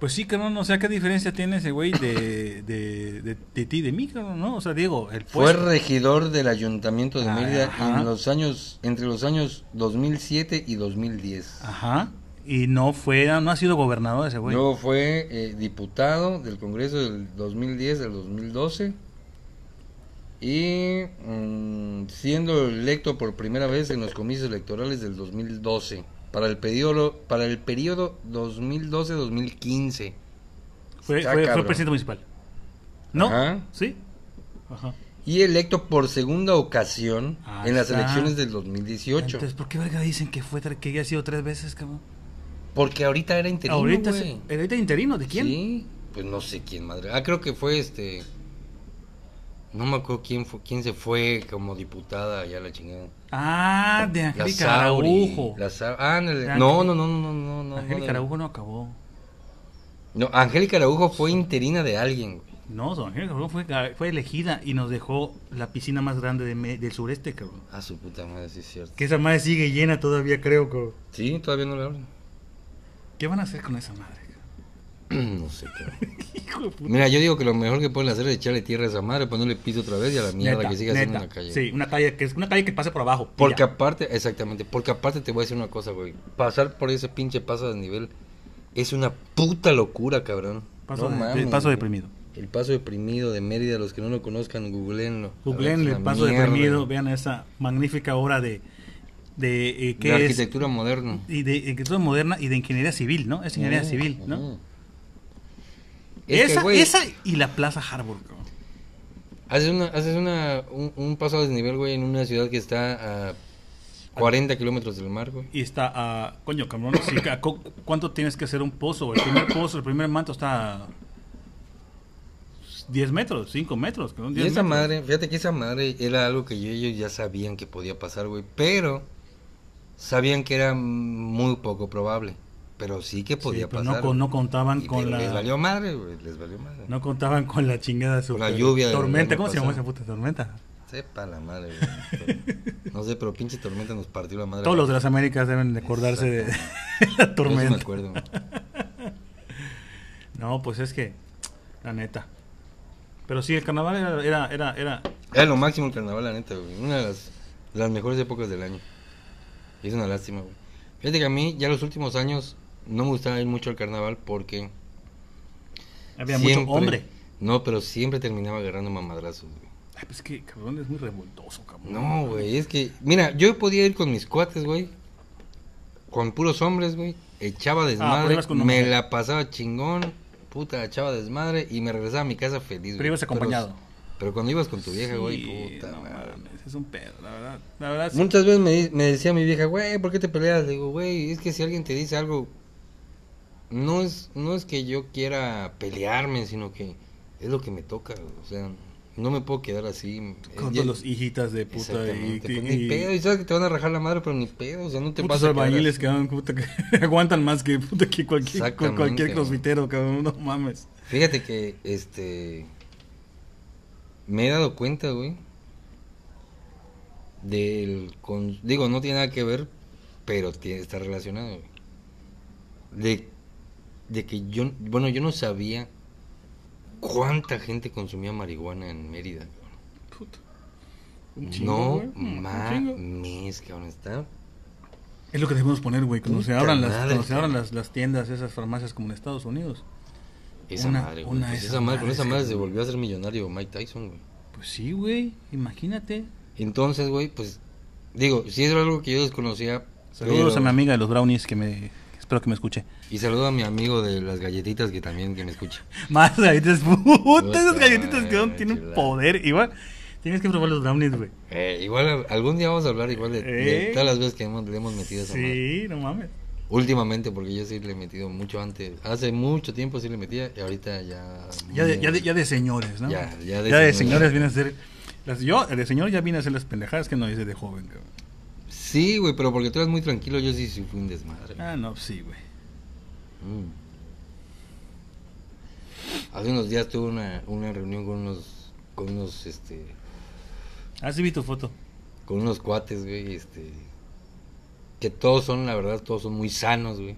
[SPEAKER 1] Pues sí, cabrón. O sea, ¿qué diferencia tiene ese güey de, de, de, de ti, de mí, cabrón? ¿No? O sea, digo, el
[SPEAKER 2] Fue
[SPEAKER 1] puesto.
[SPEAKER 2] regidor del ayuntamiento de
[SPEAKER 1] Ah,
[SPEAKER 2] Mérida
[SPEAKER 1] ajá.
[SPEAKER 2] en los años, entre los años 2007 y 2010.
[SPEAKER 1] Ajá. Y no fue, no ha sido gobernador ese güey.
[SPEAKER 2] Luego fue eh, diputado del Congreso del 2010 al 2012 y mm, siendo electo por primera vez en los comicios electorales del 2012 para el periodo para el periodo 2012-2015.
[SPEAKER 1] Fue,
[SPEAKER 2] Está
[SPEAKER 1] fue- fue
[SPEAKER 2] cabrón.
[SPEAKER 1] presidente municipal. ¿No?
[SPEAKER 2] Ajá.
[SPEAKER 1] ¿Sí? Ajá.
[SPEAKER 2] y electo por segunda ocasión
[SPEAKER 1] Ahí
[SPEAKER 2] en las
[SPEAKER 1] Ah, está.
[SPEAKER 2] elecciones del 2018.
[SPEAKER 1] Entonces, ¿por qué verga dicen que fue tre- que ya ha sido tres veces, cabrón?
[SPEAKER 2] porque ahorita era interino,
[SPEAKER 1] ahorita, es,
[SPEAKER 2] güey.
[SPEAKER 1] ahorita es interino, ¿de quién?
[SPEAKER 2] Sí, pues no sé quién madre. Ah, creo que fue este. No me acuerdo quién fue, quién se fue como diputada allá a la chingada.
[SPEAKER 1] Ah, de
[SPEAKER 2] La
[SPEAKER 1] Angélica
[SPEAKER 2] Sauri.
[SPEAKER 1] Araujo.
[SPEAKER 2] La Sa- ah, ándale.
[SPEAKER 1] La
[SPEAKER 2] no,
[SPEAKER 1] Angélica-
[SPEAKER 2] no, no, no, no, no, no.
[SPEAKER 1] Angélica
[SPEAKER 2] no, no.
[SPEAKER 1] Araujo no acabó.
[SPEAKER 2] No, Angélica Araujo fue interina de alguien, güey.
[SPEAKER 1] No, don Angélica Araujo fue, ah, fue elegida y nos dejó la piscina más grande de me- del sureste, cabrón.
[SPEAKER 2] Ah, su puta madre, sí es cierto.
[SPEAKER 1] Que esa madre sigue llena todavía, creo, cabrón.
[SPEAKER 2] Sí, todavía no la abren.
[SPEAKER 1] ¿Qué van a hacer con esa madre? cabrón?
[SPEAKER 2] no sé, cabrón.
[SPEAKER 1] Hijo de puta.
[SPEAKER 2] Mira, yo digo que lo mejor que pueden hacer es echarle tierra a esa madre, ponerle piso otra vez y a la mierda
[SPEAKER 1] Neta,
[SPEAKER 2] que siga haciendo
[SPEAKER 1] neta.
[SPEAKER 2] en la calle.
[SPEAKER 1] Sí, una calle que es una calle que pase por abajo. y
[SPEAKER 2] Porque
[SPEAKER 1] ya.
[SPEAKER 2] aparte, exactamente, porque aparte te voy a decir una cosa, güey. Pasar por ese pinche paso de nivel es una puta locura, cabrón.
[SPEAKER 1] paso,
[SPEAKER 2] No
[SPEAKER 1] de-
[SPEAKER 2] mames,
[SPEAKER 1] paso
[SPEAKER 2] güey.
[SPEAKER 1] deprimido.
[SPEAKER 2] El paso deprimido de Mérida, los que no lo conozcan, googleenlo.
[SPEAKER 1] Googleen
[SPEAKER 2] A ver, es
[SPEAKER 1] el
[SPEAKER 2] una
[SPEAKER 1] paso
[SPEAKER 2] mierda.
[SPEAKER 1] deprimido, vean esa magnífica obra de de eh,
[SPEAKER 2] De
[SPEAKER 1] qué es
[SPEAKER 2] arquitectura moderna.
[SPEAKER 1] y de eh, arquitectura moderna y de ingeniería civil, ¿no? Es ingeniería
[SPEAKER 2] Ujú,
[SPEAKER 1] civil, ¿no?
[SPEAKER 2] ujú. Es que,
[SPEAKER 1] Esa,
[SPEAKER 2] güey,
[SPEAKER 1] esa y la Plaza Harbor. cabrón.
[SPEAKER 2] Haces, una, haces una, un, un paso de nivel, güey, en una ciudad que está a 40 kilómetros del mar, güey.
[SPEAKER 1] Y está a. coño, cabrón. sí, a co- ¿Cuánto tienes que hacer un pozo? El primer pozo, el primer manto está. a 10 metros, 5 metros. cabrón,
[SPEAKER 2] Y
[SPEAKER 1] 10
[SPEAKER 2] esa
[SPEAKER 1] metros.
[SPEAKER 2] madre, fíjate que esa madre era algo que ellos ya sabían que podía pasar, güey, pero sabían que era muy poco probable, pero sí que
[SPEAKER 1] Sí,
[SPEAKER 2] podía
[SPEAKER 1] pero
[SPEAKER 2] pasar.
[SPEAKER 1] no, con- no contaban
[SPEAKER 2] Y
[SPEAKER 1] con
[SPEAKER 2] te- Les
[SPEAKER 1] la.
[SPEAKER 2] valió madre, güey, les valió madre.
[SPEAKER 1] No contaban con la chingada
[SPEAKER 2] Con
[SPEAKER 1] super
[SPEAKER 2] la lluvia del
[SPEAKER 1] Tormenta,
[SPEAKER 2] verano
[SPEAKER 1] ¿cómo se llama esa
[SPEAKER 2] pasado.
[SPEAKER 1] puta tormenta?
[SPEAKER 2] Sepa la madre, güey. pero- no sé, pero pinche tormenta nos partió la madre.
[SPEAKER 1] Todos los de las Américas deben de acordarse de la
[SPEAKER 2] Yo sí me
[SPEAKER 1] tormenta.
[SPEAKER 2] acuerdo.
[SPEAKER 1] No, pues es que, la neta. Pero sí, el carnaval era, era, era, era-
[SPEAKER 2] Era lo máximo el carnaval, la neta, güey. Una de las, de las mejores épocas del año. Y es una lástima, güey. Fíjate que a mí, ya los últimos años, no me gustaba ir mucho al carnaval porque.
[SPEAKER 1] había mucho
[SPEAKER 2] siempre-
[SPEAKER 1] hombre.
[SPEAKER 2] No, pero siempre terminaba agarrando mamadrazos, güey.
[SPEAKER 1] Ay, pues es que, cabrón, es muy revoltoso, cabrón.
[SPEAKER 2] No, güey, es que. Mira, yo podía ir con mis cuates, güey. Con puros hombres, güey. Echaba
[SPEAKER 1] Ah, pero
[SPEAKER 2] desmadre.
[SPEAKER 1] ibas con una
[SPEAKER 2] me
[SPEAKER 1] mujer.
[SPEAKER 2] la pasaba chingón. Puta, echaba desmadre. Y me regresaba a mi casa feliz,
[SPEAKER 1] Pero
[SPEAKER 2] güey.
[SPEAKER 1] ibas acompañado.
[SPEAKER 2] Pero, cuando ibas con tu vieja, güey,
[SPEAKER 1] Sí,
[SPEAKER 2] puta
[SPEAKER 1] no
[SPEAKER 2] madre.
[SPEAKER 1] mames, es un pedo, la verdad. La verdad, sí.
[SPEAKER 2] Muchas veces me, di- me decía mi vieja, güey, ¿por qué te peleas? Le digo, güey, es que si alguien te dice algo, no es, no es que yo quiera pelearme, sino que es lo que me toca, o sea, no me puedo quedar así. eh,
[SPEAKER 1] con
[SPEAKER 2] Ya-
[SPEAKER 1] todos los hijitas de puta y,
[SPEAKER 2] Exactamente, pues,
[SPEAKER 1] y-
[SPEAKER 2] ni pedo, y sabes que te van a rajar la madre, pero ni pedo, o sea, no te
[SPEAKER 1] putos
[SPEAKER 2] vas a quedar
[SPEAKER 1] albañiles,
[SPEAKER 2] así.
[SPEAKER 1] cabrón, puta, que aguantan más que, puta, que cualquier, cu- cualquier
[SPEAKER 2] Exactamente.
[SPEAKER 1] crossfitero, cabrón, no mames.
[SPEAKER 2] Fíjate que, este, me he dado cuenta, güey, del, con- digo, no tiene nada que ver, pero tiene- está relacionado, güey. De, de que yo, bueno, yo no sabía cuánta gente consumía marihuana en Mérida, güey.
[SPEAKER 1] Puta. Un chingo, güey,
[SPEAKER 2] no
[SPEAKER 1] un chingo.
[SPEAKER 2] mames, cabrón, está
[SPEAKER 1] Es lo que debemos poner, güey, cuando se
[SPEAKER 2] Puta
[SPEAKER 1] abran, las,
[SPEAKER 2] madre,
[SPEAKER 1] cuando se
[SPEAKER 2] cabrón.
[SPEAKER 1] abran las, las tiendas, esas farmacias como en Estados Unidos.
[SPEAKER 2] Esa
[SPEAKER 1] Una-
[SPEAKER 2] madre, güey.
[SPEAKER 1] una
[SPEAKER 2] Pues
[SPEAKER 1] esa
[SPEAKER 2] esa madre, con
[SPEAKER 1] madre,
[SPEAKER 2] esa
[SPEAKER 1] sí.
[SPEAKER 2] madre se volvió a ser millonario Mike Tyson, güey.
[SPEAKER 1] Pues sí, güey, imagínate.
[SPEAKER 2] Entonces, güey, pues, digo, si es algo que yo desconocía.
[SPEAKER 1] Saludos
[SPEAKER 2] pero-
[SPEAKER 1] a mi amiga de los brownies que me... Espero que me escuche.
[SPEAKER 2] Y saludo a mi amigo de las galletitas que también que me escucha.
[SPEAKER 1] Más galletitas, puta, esas
[SPEAKER 2] Puta
[SPEAKER 1] galletitas que
[SPEAKER 2] madre,
[SPEAKER 1] tienen
[SPEAKER 2] chulada.
[SPEAKER 1] poder. Igual, tienes que probar los brownies, güey.
[SPEAKER 2] Eh, igual a- algún día vamos a hablar igual de, de
[SPEAKER 1] Eh.
[SPEAKER 2] todas las veces que hemos, le hemos metido a esa madre.
[SPEAKER 1] Sí, no mames.
[SPEAKER 2] Últimamente, porque yo sí le he metido mucho antes. Hace mucho tiempo sí le metía y ahorita ya.
[SPEAKER 1] Ya de, ya de, ya de señores, ¿no?
[SPEAKER 2] Ya, ya de
[SPEAKER 1] de
[SPEAKER 2] señores.
[SPEAKER 1] señores viene a ser Las, yo, el señor ya vine a hacer las pendejadas que no hice de joven, cabrón.
[SPEAKER 2] Sí, güey, pero porque tú eras muy tranquilo, yo sí, sí fui un desmadre.
[SPEAKER 1] Ah, no, sí, güey.
[SPEAKER 2] Mm. Hace unos días tuve una, una reunión con unos, con unos, este,
[SPEAKER 1] Ah, sí vi tu foto.
[SPEAKER 2] con unos cuates, güey, este, que todos son, la verdad, todos son muy sanos, güey.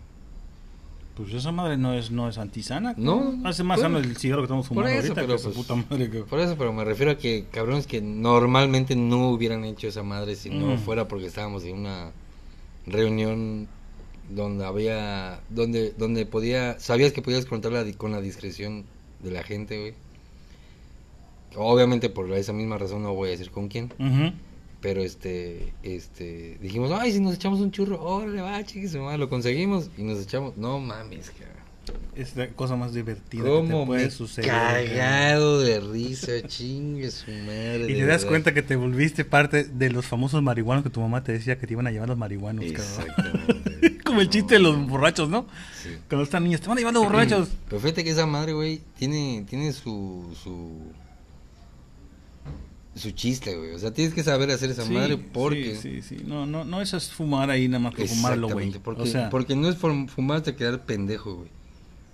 [SPEAKER 1] Pues esa madre no es, no es antisana.
[SPEAKER 2] No,
[SPEAKER 1] cabrón. Hace más
[SPEAKER 2] bueno,
[SPEAKER 1] sano el cigarro que estamos
[SPEAKER 2] Por
[SPEAKER 1] fumando
[SPEAKER 2] eso,
[SPEAKER 1] ahorita que
[SPEAKER 2] pero
[SPEAKER 1] esa
[SPEAKER 2] pues,
[SPEAKER 1] puta madre, cabrón.
[SPEAKER 2] por eso, pero me refiero a que cabrones que normalmente no hubieran hecho esa madre si no
[SPEAKER 1] Mm.
[SPEAKER 2] fuera porque estábamos en una reunión donde había, donde, donde podía, sabías que podías contar la di- con la discreción de la gente, güey. Obviamente por esa misma razón no voy a decir con quién,
[SPEAKER 1] Ujú.
[SPEAKER 2] pero este, este, dijimos, ay, si nos echamos un churro, órale, va, chiquis, lo conseguimos y nos echamos, no mames, cabrón.
[SPEAKER 1] Es la cosa más divertida que
[SPEAKER 2] ¿Cómo
[SPEAKER 1] te puede
[SPEAKER 2] me
[SPEAKER 1] suceder. cabrón.
[SPEAKER 2] cagado de risa, chingue su madre.
[SPEAKER 1] Y
[SPEAKER 2] de
[SPEAKER 1] te das
[SPEAKER 2] verdad.
[SPEAKER 1] cuenta que te volviste parte de los famosos marihuanos que tu mamá te decía que te iban a llevar los marihuanos, cabrón.
[SPEAKER 2] Exactamente.
[SPEAKER 1] Como el chiste de los borrachos, ¿no?
[SPEAKER 2] Sí.
[SPEAKER 1] Cuando están niños, te van a llevar los borrachos.
[SPEAKER 2] Pero fíjate que esa madre, güey, tiene, tiene su, su, su chiste, güey. O sea, tienes que saber hacer esa
[SPEAKER 1] Sí,
[SPEAKER 2] madre porque...
[SPEAKER 1] Sí, sí, sí. No, no, no eso es fumar ahí nada más que fumarlo, güey.
[SPEAKER 2] Exactamente, Porque,
[SPEAKER 1] O sea,
[SPEAKER 2] porque no es form- fumar hasta quedar pendejo, güey.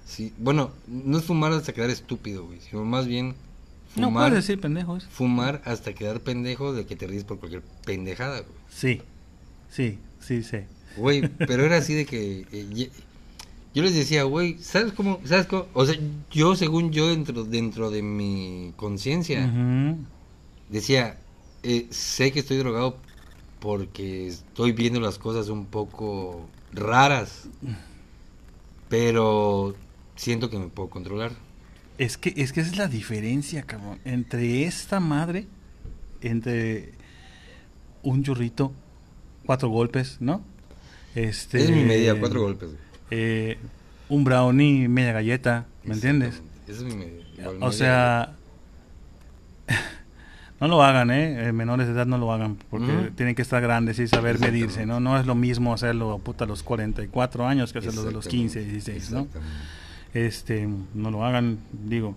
[SPEAKER 2] Sí, bueno, no es fumar hasta quedar estúpido, güey. Sino más bien
[SPEAKER 1] no
[SPEAKER 2] fumar,
[SPEAKER 1] puedes decir pendejos.
[SPEAKER 2] fumar hasta quedar pendejo de que te ríes por cualquier pendejada, güey.
[SPEAKER 1] Sí, sí, sí, sí.
[SPEAKER 2] Güey, pero era así de que eh, ye- yo les decía, güey, ¿sabes cómo? ¿Sabes cómo? O sea, yo según yo dentro dentro de mi conciencia
[SPEAKER 1] Ujú.
[SPEAKER 2] decía, eh, sé que estoy drogado porque estoy viendo las cosas un poco raras, pero siento que me puedo controlar.
[SPEAKER 1] Es que, es que esa es la diferencia, cabrón. Entre esta madre, entre un churrito, cuatro golpes, ¿no? Este,
[SPEAKER 2] es mi medida, cuatro golpes. güey.
[SPEAKER 1] eh, un brownie, media galleta, ¿me entiendes?
[SPEAKER 2] Exactamente, Esa es mi medida. igual
[SPEAKER 1] O
[SPEAKER 2] media,
[SPEAKER 1] sea, no lo hagan, ¿eh? Eh, Menores de edad no lo hagan, porque
[SPEAKER 2] Ujú.
[SPEAKER 1] tienen que estar grandes y saber
[SPEAKER 2] Exactamente.
[SPEAKER 1] medirse, ¿no? No es lo mismo hacerlo, puta, a los 44 años que
[SPEAKER 2] güey.
[SPEAKER 1] hacerlo de los
[SPEAKER 2] Exactamente,
[SPEAKER 1] 15, 16, ¿no?
[SPEAKER 2] exactamente.
[SPEAKER 1] Este, no lo hagan, digo.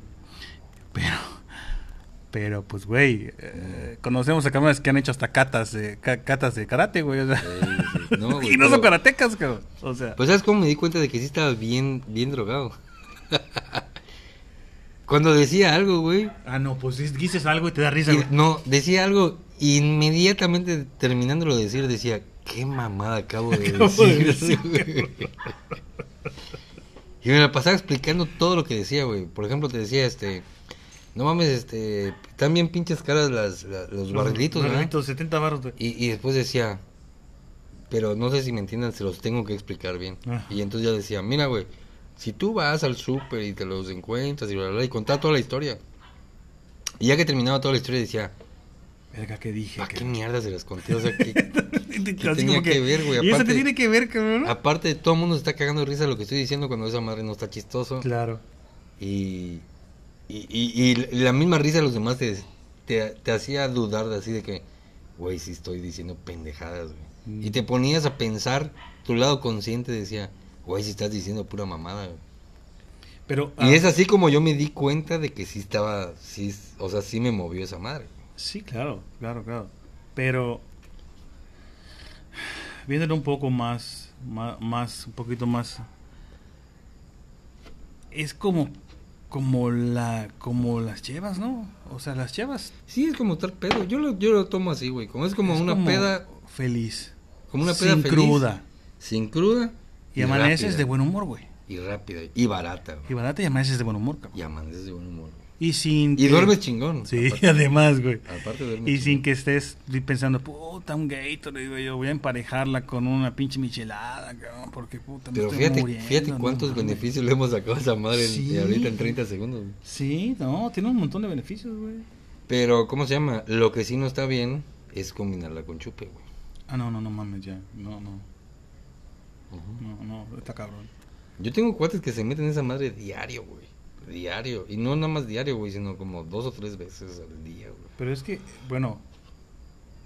[SPEAKER 1] Pero, pero pues, güey, eh, conocemos a cámaras que han hecho hasta catas de, ca- catas de karate, güey. o sea,
[SPEAKER 2] Sí, sí. No, güey,
[SPEAKER 1] y no son
[SPEAKER 2] pero-
[SPEAKER 1] karatecas, cabrón. O sea,
[SPEAKER 2] Pues sabes cómo me di cuenta de que sí estaba bien, bien drogado. Cuando decía algo, güey.
[SPEAKER 1] ah, no, pues dis- dices algo y te da risa,
[SPEAKER 2] y-
[SPEAKER 1] güey.
[SPEAKER 2] No, decía algo. Inmediatamente terminándolo de decir, decía, qué mamada acabo de
[SPEAKER 1] Acabo de
[SPEAKER 2] decir.
[SPEAKER 1] decir,
[SPEAKER 2] güey. y me la pasaba explicando todo lo que decía, güey. Por ejemplo, te decía, este, no mames, este, están bien pinches caras las, la- los barrilitos, ¿verdad?
[SPEAKER 1] Barrilitos, 70 barros, güey.
[SPEAKER 2] Y, y después decía, pero no sé si me entiendan, se los tengo que explicar bien.
[SPEAKER 1] Ah.
[SPEAKER 2] Y entonces ya decía, mira, güey, si tú vas al súper y te los encuentras y bla, bla, bla, y contaba toda la historia. Y ya que terminaba toda la historia decía,
[SPEAKER 1] Verga, ¿qué dije?
[SPEAKER 2] ¿a Ah, qué
[SPEAKER 1] cabrón?
[SPEAKER 2] mierda se las conté? O sea, que,
[SPEAKER 1] Así
[SPEAKER 2] tenía
[SPEAKER 1] como
[SPEAKER 2] que ver, güey,
[SPEAKER 1] ¿Y eso
[SPEAKER 2] aparte- Ah,
[SPEAKER 1] te tiene que ver, cabrón?
[SPEAKER 2] aparte todo el mundo se está cagando de risa de lo que estoy diciendo cuando esa madre no está chistoso.
[SPEAKER 1] Claro.
[SPEAKER 2] Y, y, y- y la misma risa de los demás te, te, te hacía dudar de así de que, güey, sí estoy diciendo pendejadas, güey.
[SPEAKER 1] Mm.
[SPEAKER 2] Y te ponías a pensar, tu lado consciente decía, güey, si estás diciendo pura mamada, güey.
[SPEAKER 1] Pero,
[SPEAKER 2] Y
[SPEAKER 1] ah,
[SPEAKER 2] es así como yo me di cuenta de que sí estaba, sí, o sea, sí me movió esa madre.
[SPEAKER 1] Sí, claro, claro, claro. Pero viéndolo un poco más, más, más- un poquito más, es como, como la, como las chevas, ¿no? O sea, las chevas
[SPEAKER 2] Sí, es como estar pedo. Yo lo, yo lo tomo así, güey. Como es como
[SPEAKER 1] es
[SPEAKER 2] una peda,
[SPEAKER 1] feliz,
[SPEAKER 2] como una peda
[SPEAKER 1] sin
[SPEAKER 2] feliz,
[SPEAKER 1] cruda
[SPEAKER 2] Sin cruda.
[SPEAKER 1] y, amaneces
[SPEAKER 2] rápida.
[SPEAKER 1] de buen humor, güey.
[SPEAKER 2] Y rápida. Y barata, güey.
[SPEAKER 1] Y barata y amaneces de buen humor, cabrón.
[SPEAKER 2] Y amaneces de buen humor. güey.
[SPEAKER 1] Y sin
[SPEAKER 2] Y
[SPEAKER 1] que-
[SPEAKER 2] duermes chingón.
[SPEAKER 1] Sí,
[SPEAKER 2] aparte.
[SPEAKER 1] además, güey.
[SPEAKER 2] Aparte duerme
[SPEAKER 1] Y
[SPEAKER 2] chido.
[SPEAKER 1] sin que estés pensando, puta, un Gatorade, digo yo voy a emparejarla con una pinche michelada, cabrón, porque puta, me
[SPEAKER 2] Pero
[SPEAKER 1] estoy
[SPEAKER 2] fíjate,
[SPEAKER 1] muriendo,
[SPEAKER 2] fíjate
[SPEAKER 1] no
[SPEAKER 2] cuántos
[SPEAKER 1] mames".
[SPEAKER 2] beneficios le hemos sacado a esa madre en-
[SPEAKER 1] Sí.
[SPEAKER 2] de ahorita en 30 segundos. güey.
[SPEAKER 1] Sí, no, tiene un montón de beneficios, güey.
[SPEAKER 2] Pero, ¿cómo se llama? Lo que sí no está bien es combinarla con chupe, güey.
[SPEAKER 1] Ah, no, no, no mames, ya. No, no, no, no, está cabrón.
[SPEAKER 2] Yo tengo cuates que se meten esa madre diario, güey. Diario. Y no nada más diario, güey, sino como dos o tres veces al día, güey.
[SPEAKER 1] Pero es que, bueno,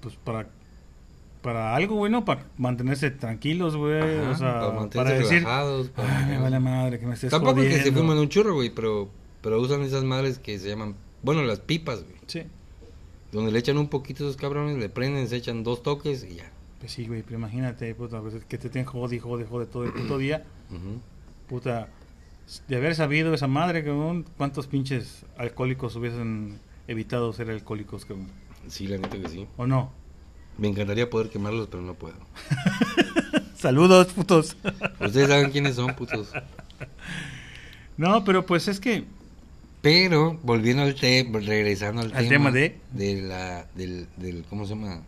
[SPEAKER 1] pues para para algo, güey, ¿no? Para mantenerse tranquilos, güey.
[SPEAKER 2] Ajá,
[SPEAKER 1] Eh, O sea,
[SPEAKER 2] para
[SPEAKER 1] para,
[SPEAKER 2] mantenerse
[SPEAKER 1] decir,
[SPEAKER 2] relajados, para-
[SPEAKER 1] ay, me vale madre que me estés
[SPEAKER 2] Tampoco es que se
[SPEAKER 1] jodiendo".
[SPEAKER 2] fuman un churro, güey, pero, pero usan esas madres que se llaman, bueno, las pipas, güey.
[SPEAKER 1] Sí.
[SPEAKER 2] Donde le echan un poquito a esos cabrones, le prenden, se echan dos toques y ya.
[SPEAKER 1] Pues sí, güey, pero imagínate, puta, pues, que te tienen jode y jode, jode todo el puto día.
[SPEAKER 2] Ujú.
[SPEAKER 1] Puta, de haber sabido esa madre, cabrón, ¿cuántos pinches alcohólicos hubiesen evitado ser alcohólicos, cabrón?
[SPEAKER 2] Sí, la neta que sí.
[SPEAKER 1] ¿O no?
[SPEAKER 2] Me encantaría poder quemarlos, pero no puedo.
[SPEAKER 1] Saludos, putos.
[SPEAKER 2] Ustedes saben quiénes son, putos.
[SPEAKER 1] No, pero pues es que
[SPEAKER 2] Pero, volviendo al tema, regresando al,
[SPEAKER 1] Al tema de-
[SPEAKER 2] de la, del, del, ¿cómo se llama?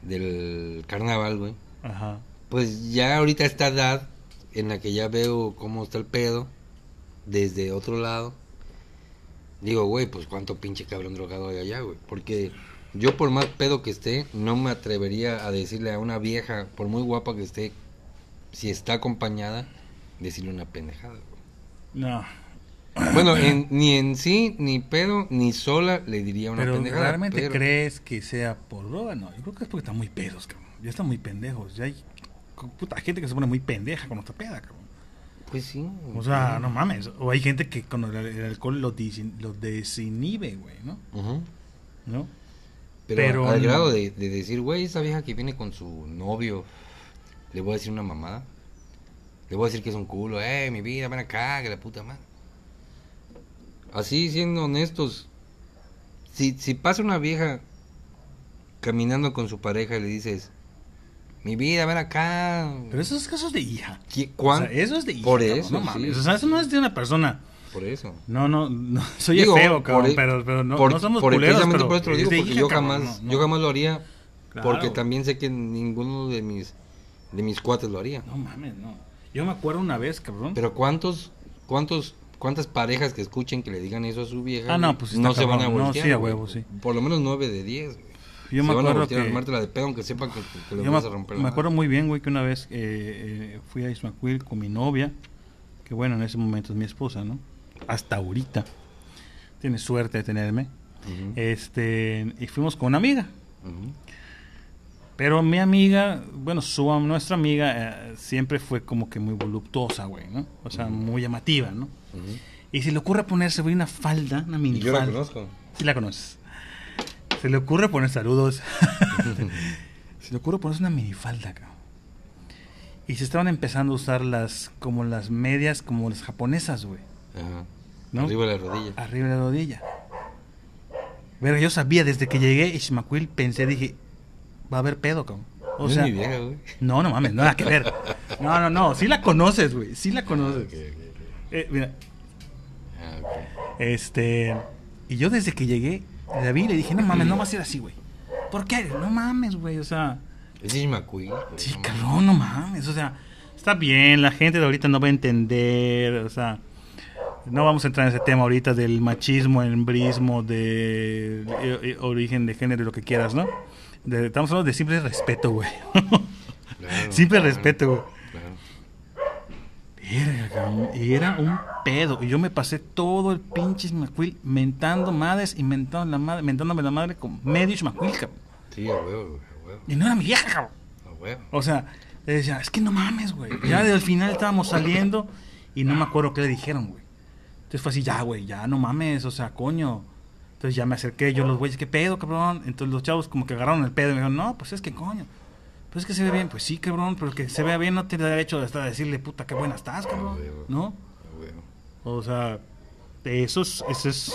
[SPEAKER 2] Del carnaval, güey.
[SPEAKER 1] Ajá.
[SPEAKER 2] Pues ya ahorita a esta edad, en la que ya veo cómo está el pedo, desde otro lado, digo, güey, pues cuánto pinche cabrón drogado hay allá, güey. Porque yo por más pedo que esté, no me atrevería a decirle a una vieja, por muy guapa que esté, si está acompañada, decirle una pendejada, güey.
[SPEAKER 1] No. Ah,
[SPEAKER 2] Bueno, en- ni en sí, ni pedo, ni sola le diría una
[SPEAKER 1] pero
[SPEAKER 2] pendejada.
[SPEAKER 1] ¿realmente
[SPEAKER 2] pero-
[SPEAKER 1] crees que sea por droga? No, yo creo que es porque están muy pedos, cabrón. Ya están muy pendejos. Ya hay co- puta gente que se pone muy pendeja con esta peda, cabrón.
[SPEAKER 2] Pues sí.
[SPEAKER 1] O sea, no mames. O hay gente que con el, el alcohol lo, disin- lo desinhibe, güey, ¿no?
[SPEAKER 2] Ujú.
[SPEAKER 1] ¿No?
[SPEAKER 2] Pero,
[SPEAKER 1] Pero-
[SPEAKER 2] al grado de, de decir, güey, esa vieja que viene con su novio, le voy a decir una mamada. Le voy a decir que es un culo, eh, mi vida, ven acá, que la puta madre. Así, siendo honestos, si, si pasa una vieja caminando con su pareja y le dices, mi vida, ven acá.
[SPEAKER 1] Pero eso es casos de hija.
[SPEAKER 2] ¿Qui-
[SPEAKER 1] O
[SPEAKER 2] cuán-
[SPEAKER 1] sea, eso es de hija.
[SPEAKER 2] Por
[SPEAKER 1] cabrón,
[SPEAKER 2] eso,
[SPEAKER 1] No mames.
[SPEAKER 2] sí.
[SPEAKER 1] O sea, eso no es de una persona.
[SPEAKER 2] Por eso.
[SPEAKER 1] No, no, no soy
[SPEAKER 2] Digo,
[SPEAKER 1] feo, cabrón,
[SPEAKER 2] por- e-
[SPEAKER 1] pero, pero no,
[SPEAKER 2] por-
[SPEAKER 1] no somos
[SPEAKER 2] por-
[SPEAKER 1] culeros,
[SPEAKER 2] precisamente
[SPEAKER 1] pero
[SPEAKER 2] por eso te lo
[SPEAKER 1] es
[SPEAKER 2] digo,
[SPEAKER 1] de
[SPEAKER 2] porque
[SPEAKER 1] hija,
[SPEAKER 2] yo
[SPEAKER 1] cabrón,
[SPEAKER 2] jamás,
[SPEAKER 1] no, no.
[SPEAKER 2] yo jamás lo haría,
[SPEAKER 1] Claro.
[SPEAKER 2] porque también sé que ninguno de mis, de mis cuates lo haría.
[SPEAKER 1] No mames, no. Yo me acuerdo una vez, cabrón.
[SPEAKER 2] Pero cuántos, cuántos, cuántas parejas que escuchen que le digan eso a su vieja,
[SPEAKER 1] Ah, no,
[SPEAKER 2] güey,
[SPEAKER 1] pues está
[SPEAKER 2] no se van a
[SPEAKER 1] cabrón. No,
[SPEAKER 2] voltear.
[SPEAKER 1] sí, a
[SPEAKER 2] güey.
[SPEAKER 1] huevo, sí.
[SPEAKER 2] Por lo menos nueve de diez. güey.
[SPEAKER 1] yo
[SPEAKER 2] se
[SPEAKER 1] me
[SPEAKER 2] van a
[SPEAKER 1] acuerdo
[SPEAKER 2] voltear a
[SPEAKER 1] que
[SPEAKER 2] armártela de pedo, aunque sepan que, que le
[SPEAKER 1] Yo
[SPEAKER 2] vas
[SPEAKER 1] me,
[SPEAKER 2] a romper la
[SPEAKER 1] me
[SPEAKER 2] madre.
[SPEAKER 1] acuerdo muy bien, güey, que una vez eh, eh, fui a Ismaquil con mi novia, que bueno, en ese momento es mi esposa, ¿no? Hasta ahorita. Tiene suerte de tenerme.
[SPEAKER 2] Ujú,
[SPEAKER 1] Este, y fuimos con una amiga.
[SPEAKER 2] ujú.
[SPEAKER 1] Pero mi amiga, bueno, su, am- nuestra amiga eh, siempre fue como que muy voluptuosa, güey, ¿no? O sea, muy llamativa, ¿no?
[SPEAKER 2] Ujú.
[SPEAKER 1] Y se le ocurre ponerse, güey, una falda, una
[SPEAKER 2] Y
[SPEAKER 1] minifalda.
[SPEAKER 2] yo la conozco.
[SPEAKER 1] Sí la conoces. Se le ocurre poner saludos. se le ocurre ponerse una minifalda, cabrón. Y se estaban empezando a usar las, como las medias, como las japonesas, güey.
[SPEAKER 2] Ajá.
[SPEAKER 1] ¿No?
[SPEAKER 2] Arriba de la rodilla.
[SPEAKER 1] Arriba de la rodilla. Pero yo sabía, desde que llegué a Ismaquil, pensé, dije, va a haber pedo, cabrón.
[SPEAKER 2] No
[SPEAKER 1] O
[SPEAKER 2] es
[SPEAKER 1] sea,
[SPEAKER 2] mi vieja, güey.
[SPEAKER 1] no, no mames, nada que ver. No, no, no, sí la conoces, güey, sí la conoces.
[SPEAKER 2] Ok, ok, ok.
[SPEAKER 1] Eh, mira,
[SPEAKER 2] Ah, ok.
[SPEAKER 1] Este. Y yo desde que llegué, la vi y le dije, no mames, no va a ser así, güey. ¿Por qué? No mames, güey. O sea,
[SPEAKER 2] Es Ish McQueen, güey,
[SPEAKER 1] sí,
[SPEAKER 2] no mames.
[SPEAKER 1] cabrón, no mames. O sea, está bien, la gente de ahorita no va a entender. O sea, no vamos a entrar en ese tema ahorita del machismo, el embrismo, de eh, eh, origen de género y lo que quieras, ¿no? De- estamos hablando de simple respeto, güey.
[SPEAKER 2] Claro,
[SPEAKER 1] simple
[SPEAKER 2] claro,
[SPEAKER 1] respeto, güey.
[SPEAKER 2] claro.
[SPEAKER 1] Verga, cabrón, y era un pedo. Y yo me pasé todo el pinche Ismaquil mentando madres y mentando la madre, mentándome la madre con medio Ismaquil, cabrón.
[SPEAKER 2] Sí, a huevo, güey, a huevo,
[SPEAKER 1] Y no era mi vieja, cabrón.
[SPEAKER 2] a huevo.
[SPEAKER 1] O sea, le decía, es que no mames, güey. Ya del final estábamos saliendo y no me acuerdo qué le dijeron, güey. Entonces fue así, ya, güey, ya no mames, o sea, coño. Entonces ya me acerqué, yo los güeyes, ¿qué pedo, cabrón? Entonces los chavos como que agarraron el pedo y me dijeron, no, pues es que coño. Pues es que se ve bien, pues sí, cabrón, pero que se vea bien no te da derecho de estar a decirle, puta, qué buena estás, cabrón.
[SPEAKER 2] Huevo.
[SPEAKER 1] ¿No?
[SPEAKER 2] a huevo.
[SPEAKER 1] O sea, eso es, eso es...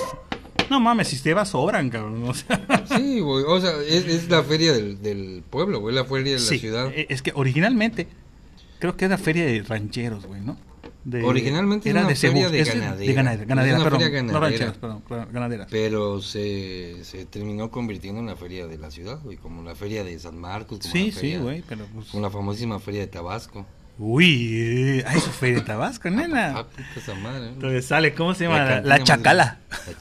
[SPEAKER 1] No mames, si te vas sobran, cabrón. O sea,
[SPEAKER 2] Sí, güey, o sea, es, es la feria del, del pueblo, güey, la feria de la
[SPEAKER 1] sí,
[SPEAKER 2] ciudad.
[SPEAKER 1] eh, Es que originalmente, creo que era feria de rancheros, güey, ¿no? De-
[SPEAKER 2] Originalmente era una feria de
[SPEAKER 1] es
[SPEAKER 2] ganadera.
[SPEAKER 1] ganadera,
[SPEAKER 2] Es
[SPEAKER 1] ganadera,
[SPEAKER 2] una
[SPEAKER 1] perdón,
[SPEAKER 2] feria
[SPEAKER 1] no
[SPEAKER 2] ganadera.
[SPEAKER 1] rancheros, perdón, claro, ganaderas.
[SPEAKER 2] Pero se, se terminó convirtiendo en la feria de la ciudad, güey, como la feria de San Marcos. Como
[SPEAKER 1] Sí, sí,
[SPEAKER 2] la feria-
[SPEAKER 1] güey, pero pues...
[SPEAKER 2] Como la famosísima feria de Tabasco.
[SPEAKER 1] Uy, eh, ah, eso fue de Tabasco,
[SPEAKER 2] Ah,
[SPEAKER 1] nena.
[SPEAKER 2] puta esa madre. ¿no?
[SPEAKER 1] Entonces sale, ¿cómo se llama? La,
[SPEAKER 2] cantina
[SPEAKER 1] la
[SPEAKER 2] más
[SPEAKER 1] chacala.
[SPEAKER 2] grande. La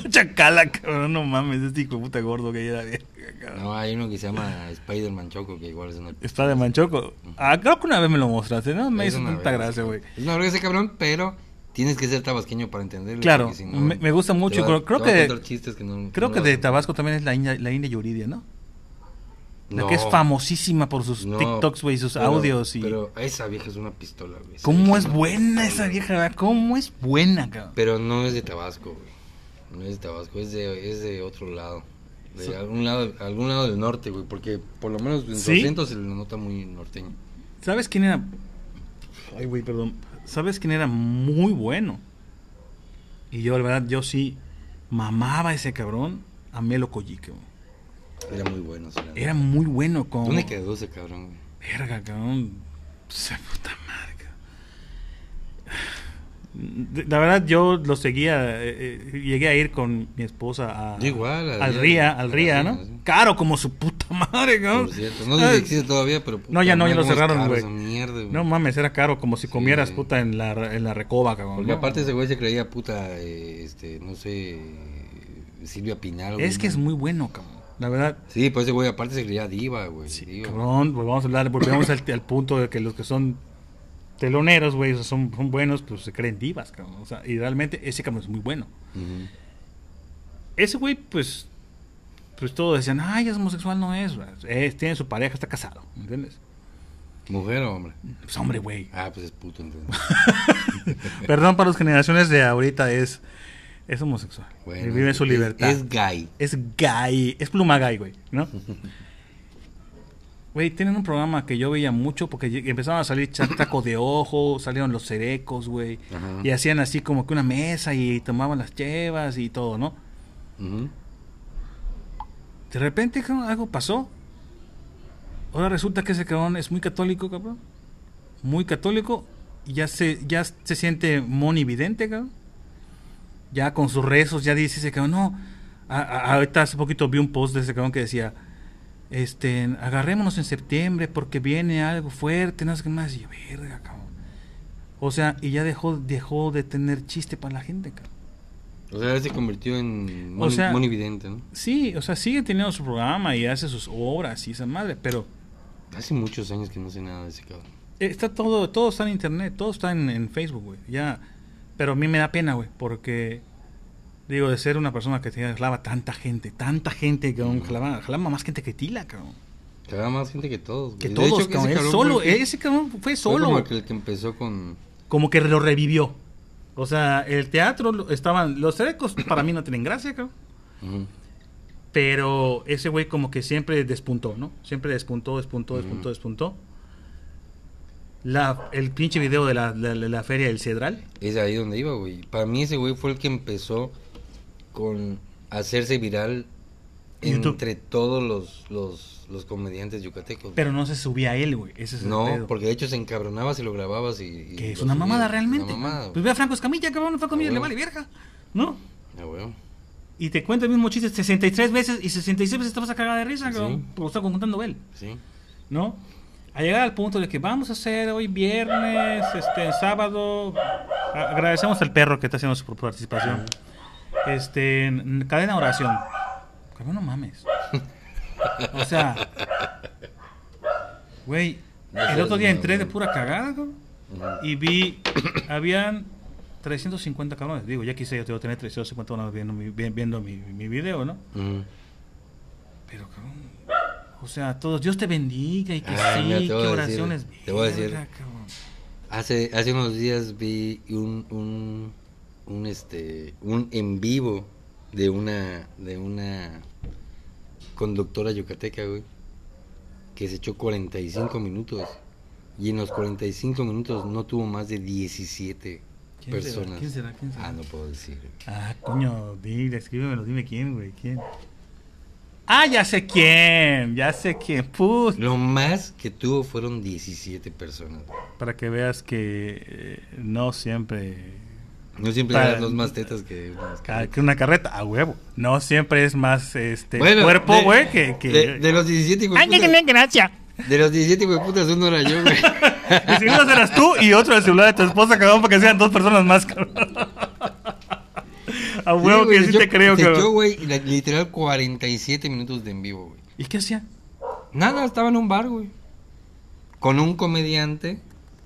[SPEAKER 2] chacala.
[SPEAKER 1] La chacala, cabrón, no mames, este hijo de puta gordo que era. verga, cabrón.
[SPEAKER 2] No, hay uno que se llama Spider-Man Choco, que igual es una...
[SPEAKER 1] Está de manchoco. Ah, creo que una vez me lo mostraste, ¿no? Me
[SPEAKER 2] es
[SPEAKER 1] hizo
[SPEAKER 2] una
[SPEAKER 1] tanta
[SPEAKER 2] verga,
[SPEAKER 1] gracia, güey.
[SPEAKER 2] Es una verga ese cabrón, pero tienes que ser tabasqueño para entenderlo.
[SPEAKER 1] Claro,
[SPEAKER 2] porque si no,
[SPEAKER 1] me- me gusta
[SPEAKER 2] te
[SPEAKER 1] mucho,
[SPEAKER 2] va-
[SPEAKER 1] creo-
[SPEAKER 2] te
[SPEAKER 1] creo
[SPEAKER 2] va a
[SPEAKER 1] que-
[SPEAKER 2] contar chistes que no-
[SPEAKER 1] Creo
[SPEAKER 2] no
[SPEAKER 1] que
[SPEAKER 2] vas
[SPEAKER 1] de
[SPEAKER 2] a-
[SPEAKER 1] Tabasco también es la India, la India Yuridia, ¿no? La
[SPEAKER 2] No.
[SPEAKER 1] que es famosísima por sus
[SPEAKER 2] No,
[SPEAKER 1] TikToks, güey, sus
[SPEAKER 2] pero-
[SPEAKER 1] audios y...
[SPEAKER 2] Pero esa vieja es una pistola, güey. Esa
[SPEAKER 1] ¿Cómo
[SPEAKER 2] vieja
[SPEAKER 1] es
[SPEAKER 2] una
[SPEAKER 1] buena
[SPEAKER 2] pistola,
[SPEAKER 1] esa
[SPEAKER 2] güey.
[SPEAKER 1] vieja, verdad? ¿Cómo es buena, cabrón?
[SPEAKER 2] Pero no es de Tabasco, güey. No es de Tabasco, es de, es de otro lado. de algún lado, algún lado del norte, güey, porque por lo menos en su
[SPEAKER 1] ¿Sí?
[SPEAKER 2] acento se le nota muy norteño.
[SPEAKER 1] ¿Sabes quién era? Ay, güey, perdón. ¿Sabes quién era muy bueno? Y yo, la verdad, yo sí mamaba a ese cabrón a Melo Collique. güey.
[SPEAKER 2] Era muy bueno. sí, la
[SPEAKER 1] Era
[SPEAKER 2] neta.
[SPEAKER 1] muy bueno con...
[SPEAKER 2] ¿Dónde quedó ese cabrón, güey?
[SPEAKER 1] Verga, cabrón. Se puta madre, cabrón. De- La verdad, yo lo seguía. eh, eh, llegué a ir con mi esposa a,
[SPEAKER 2] Yo igual, a-
[SPEAKER 1] al Ría,
[SPEAKER 2] a-
[SPEAKER 1] al Ría, ¿no?
[SPEAKER 2] sí.
[SPEAKER 1] Caro como su puta madre, cabrón.
[SPEAKER 2] Por cierto, no sé si
[SPEAKER 1] Ay,
[SPEAKER 2] existe todavía, pero...
[SPEAKER 1] eh, No, ya no, ya lo cerraron, güey. No
[SPEAKER 2] No,
[SPEAKER 1] mames, era caro como si
[SPEAKER 2] Sí,
[SPEAKER 1] comieras
[SPEAKER 2] güey.
[SPEAKER 1] puta en la, en la recoba, cabrón.
[SPEAKER 2] Porque
[SPEAKER 1] ¿no?
[SPEAKER 2] aparte ese güey se creía puta, eh, este, no sé, Silvia Pinal. güey,
[SPEAKER 1] Es que
[SPEAKER 2] ¿no?
[SPEAKER 1] es muy bueno, cabrón. La verdad,
[SPEAKER 2] Sí, pues ese güey aparte se creía diva, güey.
[SPEAKER 1] Sí,
[SPEAKER 2] diva.
[SPEAKER 1] cabrón, pues vamos a hablar, volvemos al, al punto de que los que son teloneros, güey, o sea, son, son buenos, pues se creen divas, cabrón. O sea, y realmente ese cabrón es muy bueno.
[SPEAKER 2] Ujú.
[SPEAKER 1] Ese güey, pues, pues todos decían, ay, es homosexual, no es, güey. Es- tiene su pareja, está casado, ¿me entiendes?
[SPEAKER 2] ¿Mujer o hombre?
[SPEAKER 1] Pues hombre, güey.
[SPEAKER 2] Ah, pues es puto, entonces.
[SPEAKER 1] Perdón para las generaciones de ahorita, es, es homosexual.
[SPEAKER 2] Bueno,
[SPEAKER 1] Y vive su
[SPEAKER 2] es-
[SPEAKER 1] libertad.
[SPEAKER 2] Es, gay.
[SPEAKER 1] es gay, es pluma gay, güey, ¿no? Güey, tienen un programa que yo veía mucho porque lleg- empezaban a salir cha- taco de ojo, salieron los cerecos, güey,
[SPEAKER 2] Ajá.
[SPEAKER 1] y hacían así como que una mesa y tomaban las chevas y todo, ¿no?
[SPEAKER 2] Ujú.
[SPEAKER 1] De repente cabrón, algo pasó. Ahora resulta que ese cabrón es muy católico, cabrón. Muy católico. Y ya se, ya se siente monividente, cabrón. Ya con sus rezos, ya dice ese cabrón, no. a- a- ahorita hace poquito vi un post de ese cabrón que decía, este, agarrémonos en septiembre porque viene algo fuerte, no sé qué más. Y yo, verga, cabrón. O sea, y ya dejó, dejó de tener chiste para la gente, cabrón.
[SPEAKER 2] O sea, él se convirtió en
[SPEAKER 1] O
[SPEAKER 2] moni-
[SPEAKER 1] sea-
[SPEAKER 2] monividente, ¿no?
[SPEAKER 1] Sí, o sea, sigue teniendo su programa y hace sus obras y esa madre, pero...
[SPEAKER 2] Hace muchos años que no sé nada de ese cabrón.
[SPEAKER 1] Está todo, todo está en internet, todo está en, en Facebook, güey. Ya, pero a mí me da pena, güey, porque digo de ser una persona que te clava tanta gente, tanta gente que aún clava, clava más gente que Tila, cabrón.
[SPEAKER 2] Cagaba más gente que todos.
[SPEAKER 1] Que
[SPEAKER 2] güey. De
[SPEAKER 1] todos,
[SPEAKER 2] hecho, que
[SPEAKER 1] cabrón.
[SPEAKER 2] ese
[SPEAKER 1] Él
[SPEAKER 2] cabrón
[SPEAKER 1] solo,
[SPEAKER 2] fue el que-
[SPEAKER 1] ese cabrón fue
[SPEAKER 2] fue
[SPEAKER 1] solo,
[SPEAKER 2] como
[SPEAKER 1] güey.
[SPEAKER 2] el que- el que empezó con...
[SPEAKER 1] como que lo revivió. O sea, el teatro lo- estaban los ecos para mí no tienen gracia, cabrón.
[SPEAKER 2] Ujú.
[SPEAKER 1] Pero ese güey como que siempre despuntó, ¿no? Siempre despuntó, despuntó, despuntó,
[SPEAKER 2] Ujú.
[SPEAKER 1] despuntó. La, el pinche video de la, la- la- la feria del Cedral.
[SPEAKER 2] Es ahí donde iba, güey. Para mí ese güey fue el que empezó con hacerse viral
[SPEAKER 1] YouTube.
[SPEAKER 2] entre todos los, los, los comediantes yucatecos.
[SPEAKER 1] Pero no se subía a él, güey. Ese es el
[SPEAKER 2] no,
[SPEAKER 1] pedo.
[SPEAKER 2] porque de hecho se encabronabas y lo grababas y... y
[SPEAKER 1] Que es
[SPEAKER 2] lo
[SPEAKER 1] una
[SPEAKER 2] subías.
[SPEAKER 1] mamada realmente.
[SPEAKER 2] Una mamada.
[SPEAKER 1] Pues ve a Franco Escamilla, cabrón, Franco Escamilla
[SPEAKER 2] Ah,
[SPEAKER 1] le vale
[SPEAKER 2] bueno.
[SPEAKER 1] verga. ¿No?
[SPEAKER 2] Ah, güey.
[SPEAKER 1] Y te cuenta el mismo chiste 63 veces y 66 veces te vas a cagar de risa,
[SPEAKER 2] Sí.
[SPEAKER 1] cabrón. Porque lo está contando él,
[SPEAKER 2] Sí.
[SPEAKER 1] ¿no? A llegar al punto de que vamos a hacer hoy viernes, este, sábado. A- Agradecemos al perro que está haciendo su participación. Este, en cadena oración. Cabrón, no mames. O sea, güey,
[SPEAKER 2] No
[SPEAKER 1] el
[SPEAKER 2] seas
[SPEAKER 1] otro día entré de
[SPEAKER 2] mamón.
[SPEAKER 1] pura cagada, cabrón.
[SPEAKER 2] Ujú.
[SPEAKER 1] Y vi, habían 350 cabrones. Digo, ya quise yo tengo tener 350 cabrones viendo, mi, vi- viendo mi, mi video, ¿no?
[SPEAKER 2] Ujú.
[SPEAKER 1] Pero, cabrón. O sea, todos, Dios te bendiga y que
[SPEAKER 2] Ah,
[SPEAKER 1] sí,
[SPEAKER 2] mira, te
[SPEAKER 1] que
[SPEAKER 2] voy a decir,
[SPEAKER 1] oraciones.
[SPEAKER 2] te voy a decir.
[SPEAKER 1] verga, cabrón.
[SPEAKER 2] Hace, hace unos días vi un, un, un, este, un en vivo de una, de una conductora yucateca, güey, que se echó 45 minutos. Y en los 45 minutos no tuvo más de 17
[SPEAKER 1] ¿Quién será?
[SPEAKER 2] personas.
[SPEAKER 1] ¿Quién será? ¿Quién será?
[SPEAKER 2] Ah, no puedo decir. güey.
[SPEAKER 1] Ah, coño, dile, escríbemelo, dime quién, güey, quién. Ah, ya sé quién, ya sé quién. Put.
[SPEAKER 2] Lo más que tuvo fueron 17 personas. güey.
[SPEAKER 1] Para que veas que eh, no siempre.
[SPEAKER 2] No siempre
[SPEAKER 1] Para-
[SPEAKER 2] eran los más tetas que... unas
[SPEAKER 1] ca-
[SPEAKER 2] caras.
[SPEAKER 1] Que una carreta, a huevo. No siempre es más este
[SPEAKER 2] Bueno,
[SPEAKER 1] cuerpo,
[SPEAKER 2] de-
[SPEAKER 1] güey, que. que...
[SPEAKER 2] De, de los 17, güey.
[SPEAKER 1] gracia.
[SPEAKER 2] De los 17, güey, putas, uno era yo, güey.
[SPEAKER 1] Y si uno eras tú y otro el celular de tu esposa, cabrón, para que sean dos personas más, cabrón. A huevo
[SPEAKER 2] güey,
[SPEAKER 1] que
[SPEAKER 2] se
[SPEAKER 1] sí
[SPEAKER 2] echó-
[SPEAKER 1] te creo,
[SPEAKER 2] se echó,
[SPEAKER 1] cabrón.
[SPEAKER 2] güey, la- literal 47 minutos de en vivo, güey.
[SPEAKER 1] ¿Y qué hacía?
[SPEAKER 2] Nada, estaba en un bar, güey. Con un comediante.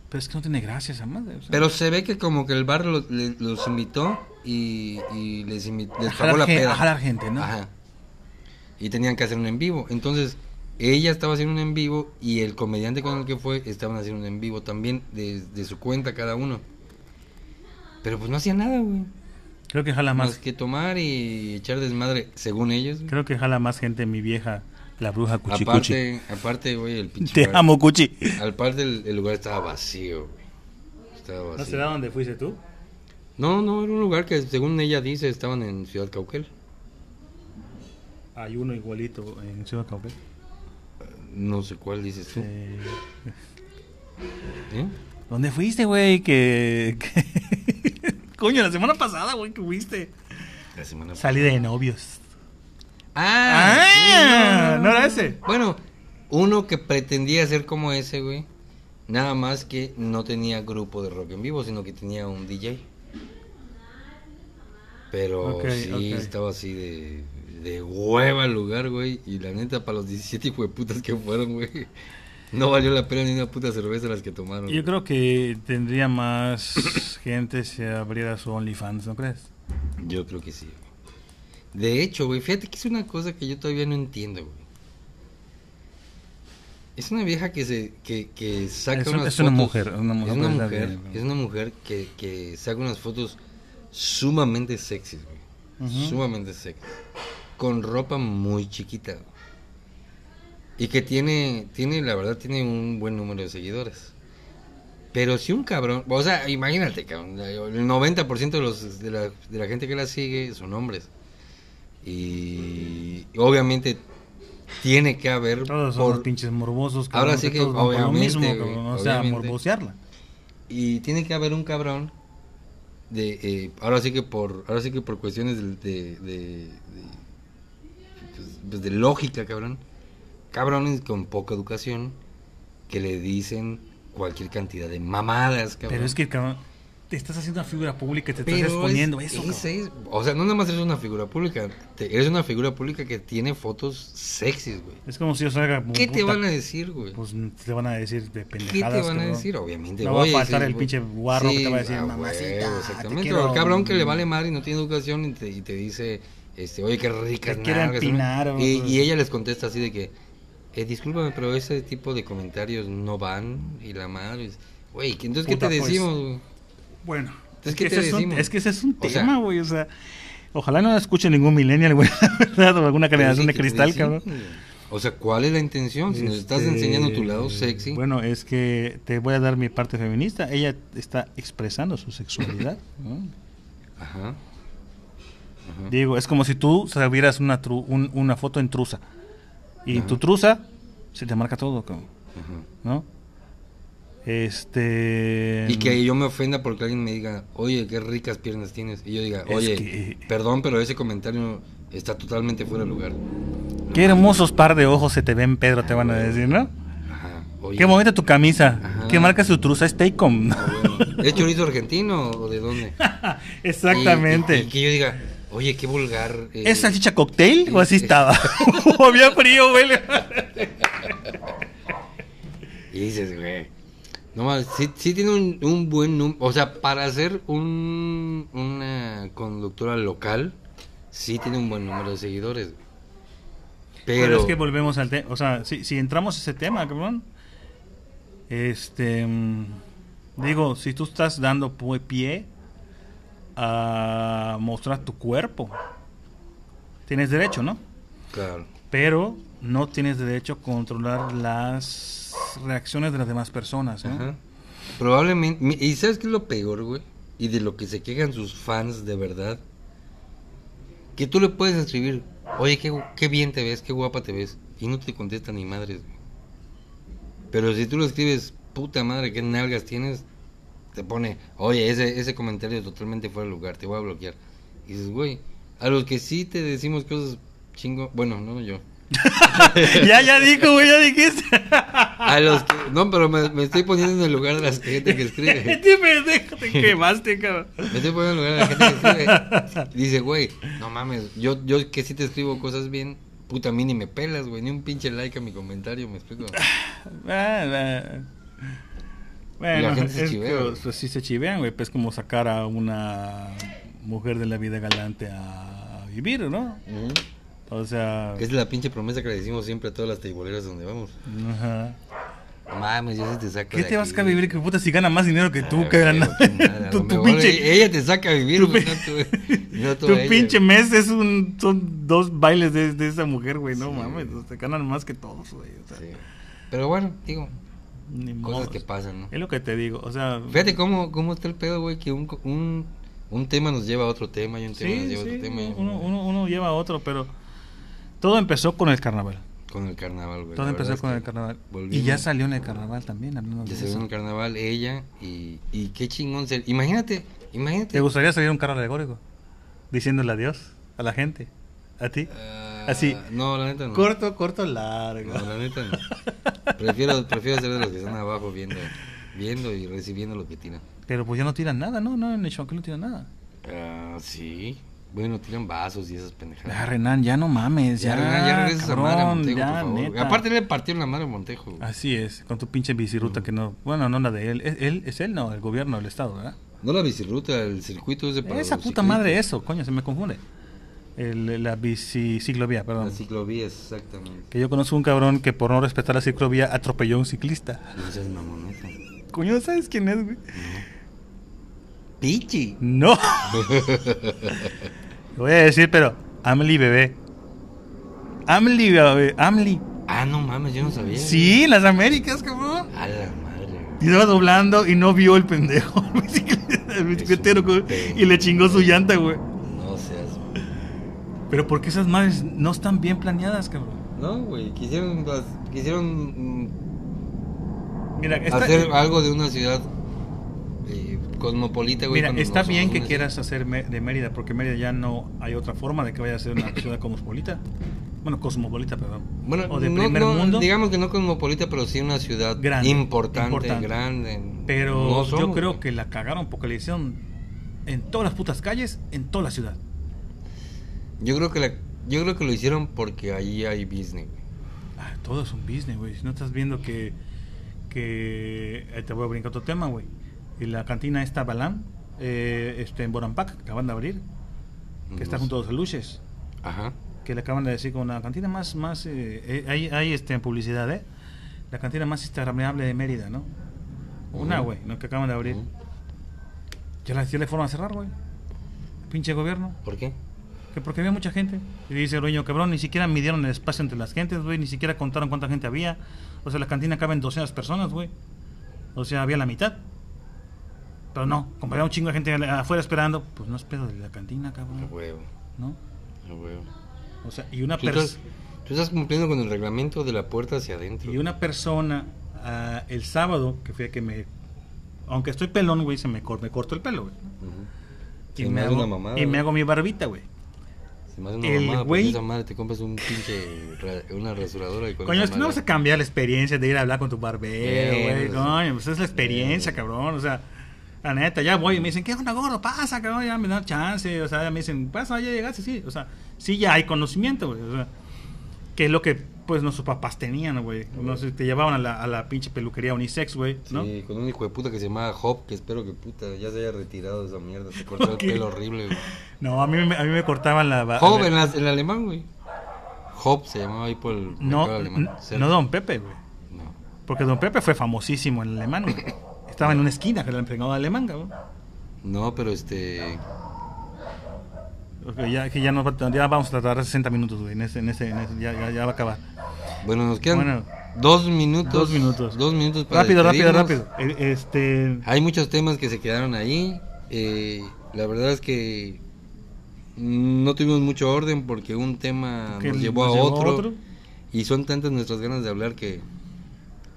[SPEAKER 1] Pero es que no tiene gracia esa madre. o sea.
[SPEAKER 2] Pero se ve que como que el bar lo- le- los invitó y, y les, invi- les
[SPEAKER 1] A
[SPEAKER 2] pagó
[SPEAKER 1] jalar
[SPEAKER 2] la
[SPEAKER 1] gen-
[SPEAKER 2] peda.
[SPEAKER 1] a jalar gente, ¿no?
[SPEAKER 2] Ajá. Y tenían que hacer un en vivo. Entonces, ella estaba haciendo un en vivo y el comediante con el que fue estaban haciendo un en vivo también de, de su cuenta cada uno. Pero pues no hacía nada, güey.
[SPEAKER 1] Creo que jala
[SPEAKER 2] Más
[SPEAKER 1] más.
[SPEAKER 2] que tomar y echar desmadre, según ellos. güey.
[SPEAKER 1] Creo que jala más gente mi vieja, la bruja Cuchi Cuchi.
[SPEAKER 2] Aparte, aparte, güey, el pinche.
[SPEAKER 1] Te
[SPEAKER 2] bar-
[SPEAKER 1] amo, Cuchi.
[SPEAKER 2] Aparte, el, el lugar estaba vacío, güey. Estaba
[SPEAKER 1] ¿No
[SPEAKER 2] vacío.
[SPEAKER 1] será donde fuiste tú?
[SPEAKER 2] No, no, era un lugar que según ella dice estaban en Ciudad Cauquel.
[SPEAKER 1] Hay uno igualito en Ciudad Cauquel.
[SPEAKER 2] No sé cuál dices tú.
[SPEAKER 1] Eh,
[SPEAKER 2] ¿Eh?
[SPEAKER 1] ¿Dónde fuiste, güey? Que... que- Coño, la semana pasada, güey, que fuiste.
[SPEAKER 2] La semana
[SPEAKER 1] Salí de novios.
[SPEAKER 2] ¡Ah!
[SPEAKER 1] ¡Ah!
[SPEAKER 2] sí,
[SPEAKER 1] ¿No era ese?
[SPEAKER 2] Bueno, uno que pretendía ser como ese, güey. Nada más que no tenía grupo de rock en vivo, sino que tenía un DJ. Pero
[SPEAKER 1] Ok,
[SPEAKER 2] sí,
[SPEAKER 1] ok.
[SPEAKER 2] estaba así de, de hueva el lugar, güey. Y la neta, para los 17 putas que fueron, güey, no valió la pena ni una puta cerveza las que tomaron.
[SPEAKER 1] Yo
[SPEAKER 2] güey.
[SPEAKER 1] creo que tendría más gente si abriera su OnlyFans, ¿no crees?
[SPEAKER 2] Yo creo que sí. güey. De hecho, güey, fíjate que es una cosa que yo todavía no entiendo, güey. Es una vieja que se que, que saca
[SPEAKER 1] Es un-
[SPEAKER 2] unas
[SPEAKER 1] es una
[SPEAKER 2] fotos-
[SPEAKER 1] mujer, una mujer,
[SPEAKER 2] es una
[SPEAKER 1] pues, la
[SPEAKER 2] mujer,
[SPEAKER 1] de-
[SPEAKER 2] es una mujer que, que saca unas fotos sumamente sexys, güey.
[SPEAKER 1] Ujú.
[SPEAKER 2] Sumamente sexys. Con ropa muy chiquita. güey. Y que tiene tiene la verdad tiene un buen número de seguidores. Pero si un cabrón, o sea, imagínate, cabrón, el 90% de, los, de, la, de la gente que la sigue son hombres. Y obviamente tiene que haber...
[SPEAKER 1] Todos son
[SPEAKER 2] por-
[SPEAKER 1] unos pinches morbosos.
[SPEAKER 2] Ahora
[SPEAKER 1] cabrón,
[SPEAKER 2] sí que
[SPEAKER 1] todos van por lo
[SPEAKER 2] obviamente,
[SPEAKER 1] mismo,
[SPEAKER 2] güey,
[SPEAKER 1] cabrón, o sea,
[SPEAKER 2] obviamente.
[SPEAKER 1] morbosearla.
[SPEAKER 2] y tiene que haber un cabrón de eh, ahora sí que por ahora sí que por cuestiones del- de, de, de- pues, pues, de lógica cabrón cabrones con poca educación que le dicen cualquier cantidad de mamadas cabrón
[SPEAKER 1] Pero es que, cabrón, te estás haciendo una figura pública y te estás
[SPEAKER 2] Pero es-
[SPEAKER 1] exponiendo eso,
[SPEAKER 2] es-
[SPEAKER 1] cabrón.
[SPEAKER 2] es- o sea no nada más eres una figura pública te- eres una figura pública que tiene fotos sexys güey
[SPEAKER 1] Es como si yo salga... como
[SPEAKER 2] qué te
[SPEAKER 1] puta,
[SPEAKER 2] van a decir güey
[SPEAKER 1] Pues te van a decir de pendejadas,
[SPEAKER 2] ¿Qué te van a
[SPEAKER 1] cabrón.
[SPEAKER 2] decir? Obviamente.
[SPEAKER 1] No va a
[SPEAKER 2] oye,
[SPEAKER 1] faltar
[SPEAKER 2] sí,
[SPEAKER 1] el
[SPEAKER 2] güey.
[SPEAKER 1] pinche guarro que te va a decir,
[SPEAKER 2] ah,
[SPEAKER 1] "Mamacita,
[SPEAKER 2] huevo,
[SPEAKER 1] te
[SPEAKER 2] Exactamente.
[SPEAKER 1] quiero".
[SPEAKER 2] o el cabrón que le vale madre y no tiene educación y te, y te dice, este, oye, qué rica
[SPEAKER 1] Te quiero empinar, o-
[SPEAKER 2] y, y ella les contesta así de que, eh, discúlpame, pero ese tipo de comentarios no van. Y la madre, es, güey, ¿qué- entonces,
[SPEAKER 1] Puta,
[SPEAKER 2] ¿qué te
[SPEAKER 1] pues.
[SPEAKER 2] decimos? güey?
[SPEAKER 1] Bueno,
[SPEAKER 2] Entonces,
[SPEAKER 1] es
[SPEAKER 2] ¿qué
[SPEAKER 1] que,
[SPEAKER 2] te
[SPEAKER 1] ese es un,
[SPEAKER 2] decimos?
[SPEAKER 1] es que ese es un
[SPEAKER 2] O sea-
[SPEAKER 1] tema, güey. O sea, ojalá no la escuche ningún millennial, güey, la verdad, o alguna
[SPEAKER 2] Pero sí,
[SPEAKER 1] generación de
[SPEAKER 2] ¿qué te
[SPEAKER 1] cristal, cabrón.
[SPEAKER 2] decimos, güey? O sea, ¿cuál es la intención? Si nos estás
[SPEAKER 1] Este,
[SPEAKER 2] enseñando tu lado sexy.
[SPEAKER 1] Bueno, es que te voy a dar mi parte feminista. Ella está expresando su sexualidad. ¿no?
[SPEAKER 2] Ajá. Ajá.
[SPEAKER 1] Digo, es como si tú sabieras una, tru- un- una foto en trusa. Y
[SPEAKER 2] Ajá.
[SPEAKER 1] tu trusa se te marca todo, cabrón,
[SPEAKER 2] Ajá.
[SPEAKER 1] ¿no? Este.
[SPEAKER 2] Y que yo me ofenda porque alguien me diga, oye, qué ricas piernas tienes. Y yo diga,
[SPEAKER 1] Es
[SPEAKER 2] oye,
[SPEAKER 1] que- eh,
[SPEAKER 2] perdón, pero ese comentario está totalmente fuera de lugar.
[SPEAKER 1] Qué hermosos par de ojos se te ven, Pedro, te van a decir, ¿no?
[SPEAKER 2] Ajá, oye.
[SPEAKER 1] Qué bonita tu camisa.
[SPEAKER 2] Ajá.
[SPEAKER 1] Qué marca su trusa es Taycom.
[SPEAKER 2] Ah, bueno, ¿Es chorizo argentino o de dónde? Y, y- y
[SPEAKER 1] Exactamente.
[SPEAKER 2] que yo diga, oye, qué vulgar. eh,
[SPEAKER 1] ¿Es salchicha cocktail o así
[SPEAKER 2] sí.
[SPEAKER 1] estaba? o había frío, güey.
[SPEAKER 2] Y dices, güey. No más, sí, sí tiene un, un buen número. O sea, para ser un, una conductora local, sí tiene un buen número de seguidores. güey. Pero,
[SPEAKER 1] Pero, es que volvemos al tema. O sea, si, si entramos a ese tema, cabrón. Este. mm, Digo, si tú estás dando pu- pie a mostrar tu cuerpo, tienes derecho, ¿no?
[SPEAKER 2] claro.
[SPEAKER 1] Pero no tienes derecho a controlar las reacciones de las demás personas, ¿no?
[SPEAKER 2] Ajá. Probablemente. mi- ¿Y sabes qué es lo peor, güey? Y de lo que se quejan sus fans de verdad. Que tú le puedes escribir, oye, qué, gu- qué bien te ves, qué guapa te ves. Y no te contesta ni madres, güey. Pero si tú le escribes, puta madre, qué nalgas tienes, te pone, oye, ese, ese comentario es totalmente fuera de lugar, te voy a bloquear. Y dices, güey, a los que sí te decimos cosas chingo. Bueno, no yo.
[SPEAKER 1] ya, ya dijo, güey, ya dijiste.
[SPEAKER 2] A los que. No, pero me, me estoy poniendo en el lugar de la gente que escribe.
[SPEAKER 1] Este pendejo te quemaste, cabrón.
[SPEAKER 2] Me estoy poniendo en el lugar de la gente que escribe. Dice, güey, no mames, yo, yo que sí te escribo cosas bien, puta, a mí ni me pelas, güey, ni un pinche like a mi comentario, me explico.
[SPEAKER 1] Ah, ah. Bueno,
[SPEAKER 2] La gente se
[SPEAKER 1] es
[SPEAKER 2] chivea,
[SPEAKER 1] que,
[SPEAKER 2] güey.
[SPEAKER 1] pues, sí se chivean, güey. Pues como sacar a una mujer de la vida galante a vivir, ¿no?
[SPEAKER 2] Ujú.
[SPEAKER 1] O sea...
[SPEAKER 2] Es la pinche promesa que le decimos siempre a todas las teiboleras donde vamos.
[SPEAKER 1] ajá.
[SPEAKER 2] Mames, yo sí te saco.
[SPEAKER 1] ¿Qué
[SPEAKER 2] de
[SPEAKER 1] te vas
[SPEAKER 2] Pues aquí.
[SPEAKER 1] a vivir? Que puta, si gana más dinero que tú,
[SPEAKER 2] Ah,
[SPEAKER 1] que gana.
[SPEAKER 2] güey, tu madre, a
[SPEAKER 1] Tu,
[SPEAKER 2] lo
[SPEAKER 1] tu
[SPEAKER 2] mejor
[SPEAKER 1] pinche,
[SPEAKER 2] Ella te saca a vivir,
[SPEAKER 1] tu
[SPEAKER 2] güey.
[SPEAKER 1] pin-
[SPEAKER 2] No tú, no tú
[SPEAKER 1] tu
[SPEAKER 2] a ella,
[SPEAKER 1] pinche
[SPEAKER 2] güey.
[SPEAKER 1] mes es un, son dos bailes de, de esa mujer, güey. No
[SPEAKER 2] Sí,
[SPEAKER 1] mames,
[SPEAKER 2] güey.
[SPEAKER 1] te ganan más que todos, güey. o sea,
[SPEAKER 2] Sí. Pero bueno, digo,
[SPEAKER 1] ni
[SPEAKER 2] cosas
[SPEAKER 1] modos.
[SPEAKER 2] que pasan, ¿no?
[SPEAKER 1] Es lo que te digo, o sea.
[SPEAKER 2] Fíjate cómo, cómo está el pedo, güey, que un, co- un, un tema nos lleva a otro tema y un tema nos
[SPEAKER 1] Sí,
[SPEAKER 2] lleva a
[SPEAKER 1] sí,
[SPEAKER 2] otro tema. y-
[SPEAKER 1] uno, uno, uno lleva a otro, pero todo empezó con el carnaval.
[SPEAKER 2] Con el carnaval, güey.
[SPEAKER 1] Todo
[SPEAKER 2] Pues la verdad
[SPEAKER 1] empezó
[SPEAKER 2] es
[SPEAKER 1] con
[SPEAKER 2] que
[SPEAKER 1] el carnaval. Y
[SPEAKER 2] volvimos-
[SPEAKER 1] ya salió en el carnaval también, hablando
[SPEAKER 2] Ya
[SPEAKER 1] de
[SPEAKER 2] salió en
[SPEAKER 1] eso.
[SPEAKER 2] el carnaval ella y, y qué chingón ser. Imagínate, imagínate.
[SPEAKER 1] ¿Te gustaría salir en un carro alegórico? Diciéndole adiós a la gente, a ti.
[SPEAKER 2] Ah,
[SPEAKER 1] Así.
[SPEAKER 2] No, la neta no.
[SPEAKER 1] Corto, corto, largo.
[SPEAKER 2] No, la neta no. Prefiero, prefiero ser de los que están abajo viendo, viendo y recibiendo lo que tiran.
[SPEAKER 1] Pero pues ya no tiran nada, no, no, en el Chonquil no tiran nada.
[SPEAKER 2] Ah, sí. Bueno, tiran vasos y esas pendejadas.
[SPEAKER 1] Ah, Renan, ya no mames, ya.
[SPEAKER 2] ya, Renan, ya regresa esa madre a
[SPEAKER 1] cabrón,
[SPEAKER 2] Montejo,
[SPEAKER 1] ya,
[SPEAKER 2] por favor.
[SPEAKER 1] neta. Ah.
[SPEAKER 2] Aparte le partieron la madre a Montejo. güey.
[SPEAKER 1] Así es, con tu pinche biciruta que no. Bueno, no la de él. ¿Es él? ¿Es él? No, el gobierno, el Estado, ¿verdad?
[SPEAKER 2] No la bicirruta, el circuito ese para
[SPEAKER 1] Esa
[SPEAKER 2] los
[SPEAKER 1] puta
[SPEAKER 2] ciclistas.
[SPEAKER 1] madre, eso, coño, se me confunde. El- la bici ciclovía, perdón.
[SPEAKER 2] La ciclovía, exactamente.
[SPEAKER 1] Que yo conozco un cabrón que por no respetar la ciclovía atropelló a un ciclista.
[SPEAKER 2] No seas Pues mamoneta.
[SPEAKER 1] Coño, ¿sabes quién es, güey?
[SPEAKER 2] Pichi.
[SPEAKER 1] No. Lo voy a decir, pero Amli bebé. Amli bebé, Amli.
[SPEAKER 2] Ah, no mames, yo no sabía.
[SPEAKER 1] Sí, las Américas, cabrón.
[SPEAKER 2] A la madre.
[SPEAKER 1] Y estaba doblando y no vio el pendejo, el bicicleta- el bicicletero, güey, y le chingó su llanta, güey.
[SPEAKER 2] No seas.
[SPEAKER 1] Pero ¿por qué esas madres no están bien planeadas, cabrón?
[SPEAKER 2] No, güey. Quisieron, las- quisieron mm,
[SPEAKER 1] Mira, está,
[SPEAKER 2] hacer algo de una ciudad eh, cosmopolita, güey.
[SPEAKER 1] mira,
[SPEAKER 2] cuando
[SPEAKER 1] está
[SPEAKER 2] no somos
[SPEAKER 1] bien que
[SPEAKER 2] una
[SPEAKER 1] quieras hacer Mé- de Mérida, porque Mérida ya no hay otra forma de que vaya a ser una ciudad cosmopolita. Bueno, cosmopolita, perdón.
[SPEAKER 2] ciudad. Bueno,
[SPEAKER 1] o de
[SPEAKER 2] no-
[SPEAKER 1] primer
[SPEAKER 2] no,
[SPEAKER 1] mundo.
[SPEAKER 2] digamos que no cosmopolita, pero sí una ciudad
[SPEAKER 1] Grande,
[SPEAKER 2] importante,
[SPEAKER 1] importante.
[SPEAKER 2] grande.
[SPEAKER 1] Pero
[SPEAKER 2] No
[SPEAKER 1] yo
[SPEAKER 2] somos,
[SPEAKER 1] creo
[SPEAKER 2] güey.
[SPEAKER 1] que la cagaron porque le hicieron en todas las putas calles, en toda la ciudad.
[SPEAKER 2] Yo creo que, la, yo creo que lo hicieron porque ahí hay business, güey.
[SPEAKER 1] Ah, todo es un business, güey. Si no estás viendo que. que eh, te voy a brincar otro tema, güey. Y la cantina esta Balán, eh, este, en Borampac, que acaban de abrir, que está
[SPEAKER 2] Mm, No
[SPEAKER 1] junto a
[SPEAKER 2] sé.
[SPEAKER 1] los Aluches,
[SPEAKER 2] Ajá.
[SPEAKER 1] que le acaban de decir con la cantina más. más eh, eh, hay, hay, este, en publicidad, ¿eh? La cantina más instagramable de Mérida, ¿no? Una,
[SPEAKER 2] Ujú.
[SPEAKER 1] güey, ¿no? que acaban de abrir.
[SPEAKER 2] Ujú.
[SPEAKER 1] Ya la, ya la fueron a cerrar, güey. Pinche gobierno.
[SPEAKER 2] ¿Por qué?
[SPEAKER 1] Que porque había mucha gente. Y dice el dueño, cabrón, ni siquiera midieron el espacio entre las gentes, güey, ni siquiera contaron cuánta gente había. O sea, la cantina caben 200 personas, güey. O sea, había la mitad. Pero no, como había un chingo de gente afuera esperando, pues no es pedo de la cantina,
[SPEAKER 2] A
[SPEAKER 1] cabrón.
[SPEAKER 2] huevo,
[SPEAKER 1] ¿No?
[SPEAKER 2] a huevo.
[SPEAKER 1] O sea, y una,
[SPEAKER 2] Tú
[SPEAKER 1] pers-
[SPEAKER 2] estás, Ah, tú estás cumpliendo con el reglamento de la puerta hacia adentro.
[SPEAKER 1] y una persona ah, el sábado, que fue que me... Aunque estoy pelón, güey, se me, cor- me corto el pelo, güey.
[SPEAKER 2] Ujú.
[SPEAKER 1] Y,
[SPEAKER 2] Se me
[SPEAKER 1] me
[SPEAKER 2] hace
[SPEAKER 1] hago,
[SPEAKER 2] una mamada,
[SPEAKER 1] y me
[SPEAKER 2] güey.
[SPEAKER 1] hago mi barbita, güey.
[SPEAKER 2] Se me hace una
[SPEAKER 1] El
[SPEAKER 2] mamada, porque
[SPEAKER 1] güey-
[SPEAKER 2] esa madre te compras un pinche ra- Pues una rasuradora y con
[SPEAKER 1] Coño,
[SPEAKER 2] esa
[SPEAKER 1] es que no vas
[SPEAKER 2] madre-
[SPEAKER 1] a cambiar la experiencia de ir a hablar con tu barbero,
[SPEAKER 2] Bien,
[SPEAKER 1] güey.
[SPEAKER 2] pues,
[SPEAKER 1] Coño, pues es la experiencia,
[SPEAKER 2] bien.
[SPEAKER 1] cabrón. O sea, la neta, ya voy y me dicen, ¿qué onda, gordo? Pasa, cabrón, ya me dan chance. O sea, ya me dicen, pasa, ya llegaste, sí. O sea, sí, ya hay conocimiento, güey. O sea, que es lo que, pues, nuestros papás tenían, güey. No sé, te llevaban a la, a la pinche peluquería unisex, güey, ¿no?
[SPEAKER 2] Sí, con un hijo de puta que se llamaba Hop, que espero que puta ya se haya retirado de esa mierda. Se cortó
[SPEAKER 1] Ok.
[SPEAKER 2] el pelo horrible, güey.
[SPEAKER 1] No, a mí, me- a mí me cortaban la. ba-
[SPEAKER 2] Hop en, las- en alemán, güey. Hop se llamaba ahí por el
[SPEAKER 1] No,
[SPEAKER 2] mercado
[SPEAKER 1] n-
[SPEAKER 2] alemán. Cerdo.
[SPEAKER 1] no Don Pepe, güey.
[SPEAKER 2] No.
[SPEAKER 1] Porque Don Pepe fue famosísimo en alemán, güey. Estaba en una esquina, que era el empregado alemán, cabrón.
[SPEAKER 2] No, pero este.
[SPEAKER 1] Ok, ya, que ya, nos va- ya vamos a tardar 60 minutos, güey. En ese, en ese, en ese- ya, ya- ya va a acabar.
[SPEAKER 2] Bueno, nos quedan
[SPEAKER 1] Bueno.
[SPEAKER 2] dos minutos.
[SPEAKER 1] Dos minutos.
[SPEAKER 2] Dos minutos para
[SPEAKER 1] Rápido, rápido,
[SPEAKER 2] despedirnos.
[SPEAKER 1] rápido. Eh, Este.
[SPEAKER 2] Hay muchos temas que se quedaron ahí. eh, la verdad es que no tuvimos mucho orden porque un tema
[SPEAKER 1] que
[SPEAKER 2] Ah, nos llevó a otro, y son tantas nuestras ganas de hablar que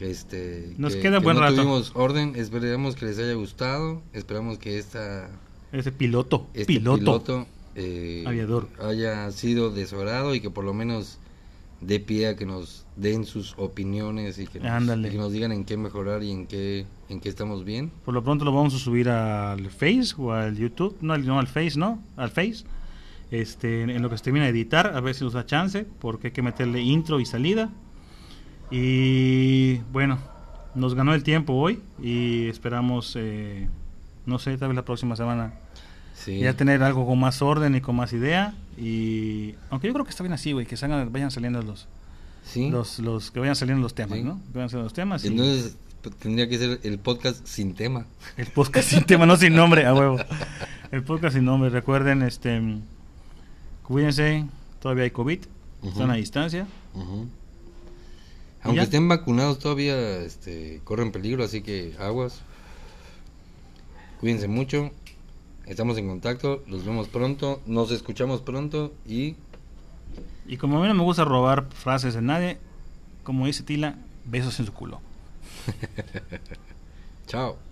[SPEAKER 2] este
[SPEAKER 1] Nos
[SPEAKER 2] que-
[SPEAKER 1] queda
[SPEAKER 2] que
[SPEAKER 1] buen
[SPEAKER 2] no
[SPEAKER 1] rato.
[SPEAKER 2] tuvimos orden. Esperamos que les haya gustado. Esperamos que esta
[SPEAKER 1] Ese piloto.
[SPEAKER 2] este
[SPEAKER 1] piloto.
[SPEAKER 2] piloto, eh,
[SPEAKER 1] Aviador.
[SPEAKER 2] haya sido de su agrado y que por lo menos de pie a que nos den sus opiniones y que nos,
[SPEAKER 1] Ándale.
[SPEAKER 2] y que nos digan en qué mejorar y en qué en qué estamos bien.
[SPEAKER 1] Por lo pronto lo vamos a subir al Face o al YouTube. No, al- no al Face, ¿no? Al Face. Este, en- en lo que se termina de editar, a ver si nos da chance, porque hay que meterle intro y salida. Y bueno, nos ganó el tiempo hoy y esperamos, eh, no sé, tal vez la próxima semana
[SPEAKER 2] Sí.
[SPEAKER 1] ya tener algo con más orden y con más idea. Y aunque yo creo que está bien así, güey, que salgan, vayan saliendo los,
[SPEAKER 2] Sí.
[SPEAKER 1] los, los que vayan saliendo los temas,
[SPEAKER 2] Sí.
[SPEAKER 1] ¿no? Que vayan saliendo los temas. y
[SPEAKER 2] Entonces pues, tendría que ser el podcast sin tema.
[SPEAKER 1] el podcast sin tema, no sin nombre, a huevo. El podcast sin nombre. Recuerden, este, mm, cuídense. Todavía hay COVID. Están
[SPEAKER 2] Ujú.
[SPEAKER 1] a distancia.
[SPEAKER 2] Ujú.
[SPEAKER 1] ¿Y
[SPEAKER 2] Aunque
[SPEAKER 1] ya?
[SPEAKER 2] estén vacunados todavía este, corren peligro, así que aguas. Cuídense mucho. Estamos en contacto. Los vemos pronto. Nos escuchamos pronto. Y
[SPEAKER 1] Y como a mí no me gusta robar frases de nadie, como dice Tila, besos en su culo.
[SPEAKER 2] chao.